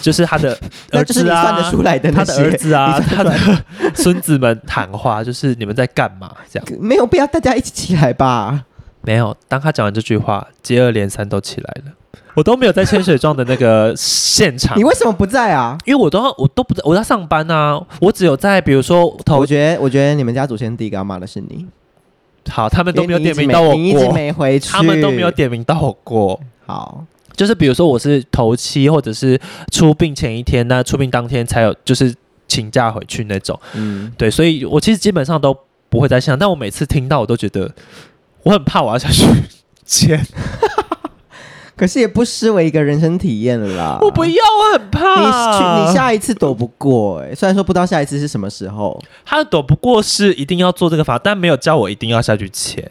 [SPEAKER 2] 就是他的
[SPEAKER 1] [laughs] 那
[SPEAKER 2] 儿
[SPEAKER 1] 就是你
[SPEAKER 2] 子
[SPEAKER 1] 算得
[SPEAKER 2] 啊。
[SPEAKER 1] 出来的
[SPEAKER 2] [laughs] 他
[SPEAKER 1] 那
[SPEAKER 2] 的
[SPEAKER 1] 些
[SPEAKER 2] 儿子啊，
[SPEAKER 1] 你
[SPEAKER 2] 他的孙子们喊话，就是你们在干嘛？这样
[SPEAKER 1] 没有必要大家一起起来吧？
[SPEAKER 2] [laughs] 没有。当他讲完这句话，接二连三都起来了，我都没有在千水庄的那个现 [laughs] 场
[SPEAKER 1] 你，为什么不在啊？
[SPEAKER 2] 因为我都要我都不在，我在上班啊，我只有在比如说头
[SPEAKER 1] 我觉得，我觉得你们家祖先第一个要骂的是你，
[SPEAKER 2] 好，他们
[SPEAKER 1] 因
[SPEAKER 2] 都
[SPEAKER 1] 为
[SPEAKER 2] 没有
[SPEAKER 1] 你一
[SPEAKER 2] 点
[SPEAKER 1] 直
[SPEAKER 2] 名
[SPEAKER 1] 没
[SPEAKER 2] 到我
[SPEAKER 1] 你一直
[SPEAKER 2] 过，
[SPEAKER 1] 没回去，
[SPEAKER 2] 他们都没有。点名到我过。
[SPEAKER 1] 好，
[SPEAKER 2] 就是比如说我是头七，或者是出殡前一天，那出殡当天才有就是请假回去那种。
[SPEAKER 1] 嗯，
[SPEAKER 2] 对，所以我其实基本上都不会在现场，但我每次听到我都觉得我很怕我要下去签，
[SPEAKER 1] 可是也不失为一个人生体验了啦。
[SPEAKER 2] [laughs] 我不
[SPEAKER 1] 你
[SPEAKER 2] 要，我很怕。
[SPEAKER 1] 去，你下一次躲不过哎、虽然说不知道下一次是什么时候，
[SPEAKER 2] 他躲不过是一定要做这个法，但没有叫我一定要下去签，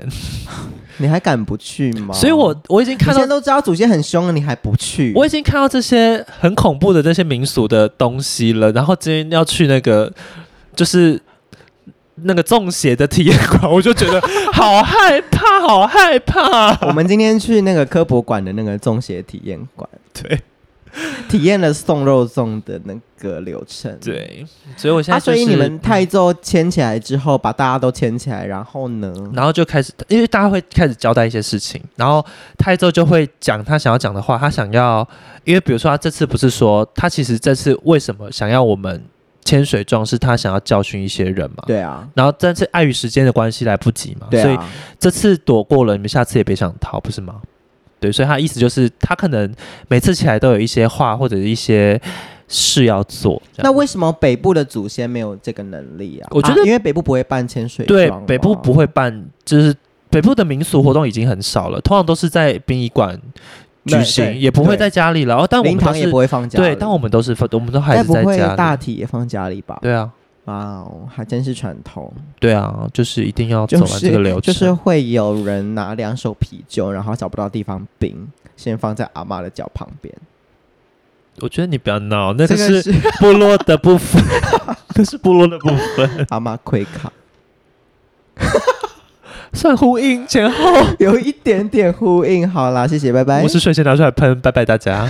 [SPEAKER 1] 你还敢不去吗？
[SPEAKER 2] 所以我我已经
[SPEAKER 1] 你
[SPEAKER 2] 看
[SPEAKER 1] 现在
[SPEAKER 2] 到。
[SPEAKER 1] 都知道祖先很凶了，你还不去？
[SPEAKER 2] 我已经看到这些很恐怖的这些民俗的东西了，然后今天要去那个就是那个中邪的体验馆，我就觉得好害怕，好
[SPEAKER 1] [laughs]
[SPEAKER 2] 害怕。
[SPEAKER 1] 我们今天去那个科博馆的那个中邪体验馆， [laughs]
[SPEAKER 2] 对
[SPEAKER 1] 体验了送肉粽的那个流程。。
[SPEAKER 2] 对，所以我现
[SPEAKER 1] 啊，
[SPEAKER 2] 在就
[SPEAKER 1] 所
[SPEAKER 2] 是、
[SPEAKER 1] 以你们泰州牵起来之后，把大家都牵起来，然后呢？
[SPEAKER 2] 然后就开始，因为大家会开始交代一些事情，然后泰州就会讲他想要讲的话，他想要，因为比如说他这次不是说他其实这次为什么想要我们潜水装，是他想要教训一些人嘛？。
[SPEAKER 1] 对啊，
[SPEAKER 2] 然后但是碍于时间的关系来不及嘛，
[SPEAKER 1] 对
[SPEAKER 2] 所以
[SPEAKER 1] 啊，
[SPEAKER 2] 这次躲过了，你们下次也别想逃，不是吗？对，所以他意思就是他可能每次起来都有一些话或者一些事要做。这样
[SPEAKER 1] 那为什么北部的祖先没有这个能力啊？
[SPEAKER 2] 我觉得
[SPEAKER 1] 啊因为北部不会办潜水
[SPEAKER 2] 对
[SPEAKER 1] 庄啊，
[SPEAKER 2] 北部不会办，就是北部的民俗活动已经很少了，通常都是在殡仪馆
[SPEAKER 1] 对
[SPEAKER 2] 举行，
[SPEAKER 1] 对
[SPEAKER 2] 也不会在家里了。哦，但我
[SPEAKER 1] 灵
[SPEAKER 2] 们都
[SPEAKER 1] 堂也
[SPEAKER 2] 是
[SPEAKER 1] 不会放假里，
[SPEAKER 2] 对，但我们都是我们都还
[SPEAKER 1] 该
[SPEAKER 2] 是
[SPEAKER 1] 不
[SPEAKER 2] 在
[SPEAKER 1] 会
[SPEAKER 2] 家
[SPEAKER 1] 大
[SPEAKER 2] 里。
[SPEAKER 1] 体也放家里吧？
[SPEAKER 2] 对啊，
[SPEAKER 1] 哇哦，还真是传统，
[SPEAKER 2] 对啊，就是一定要走
[SPEAKER 1] 就
[SPEAKER 2] 完这个
[SPEAKER 1] 是
[SPEAKER 2] 流
[SPEAKER 1] 就
[SPEAKER 2] 程。
[SPEAKER 1] 是会有人拿两手啤酒，然后找不到地方冰，先放在阿妈的脚旁边，
[SPEAKER 2] 我觉得你不要闹，那
[SPEAKER 1] 这
[SPEAKER 2] 个
[SPEAKER 1] 个
[SPEAKER 2] 是
[SPEAKER 1] 是
[SPEAKER 2] [laughs]
[SPEAKER 1] [laughs]
[SPEAKER 2] 部落的部分，那是部落的部
[SPEAKER 1] [laughs]
[SPEAKER 2] 分，
[SPEAKER 1] 阿妈亏卡，
[SPEAKER 2] 算呼应前后。
[SPEAKER 1] 有一点点呼应。好啦，谢谢，拜拜。
[SPEAKER 2] 我是瞬间拿出来喷，拜拜大家。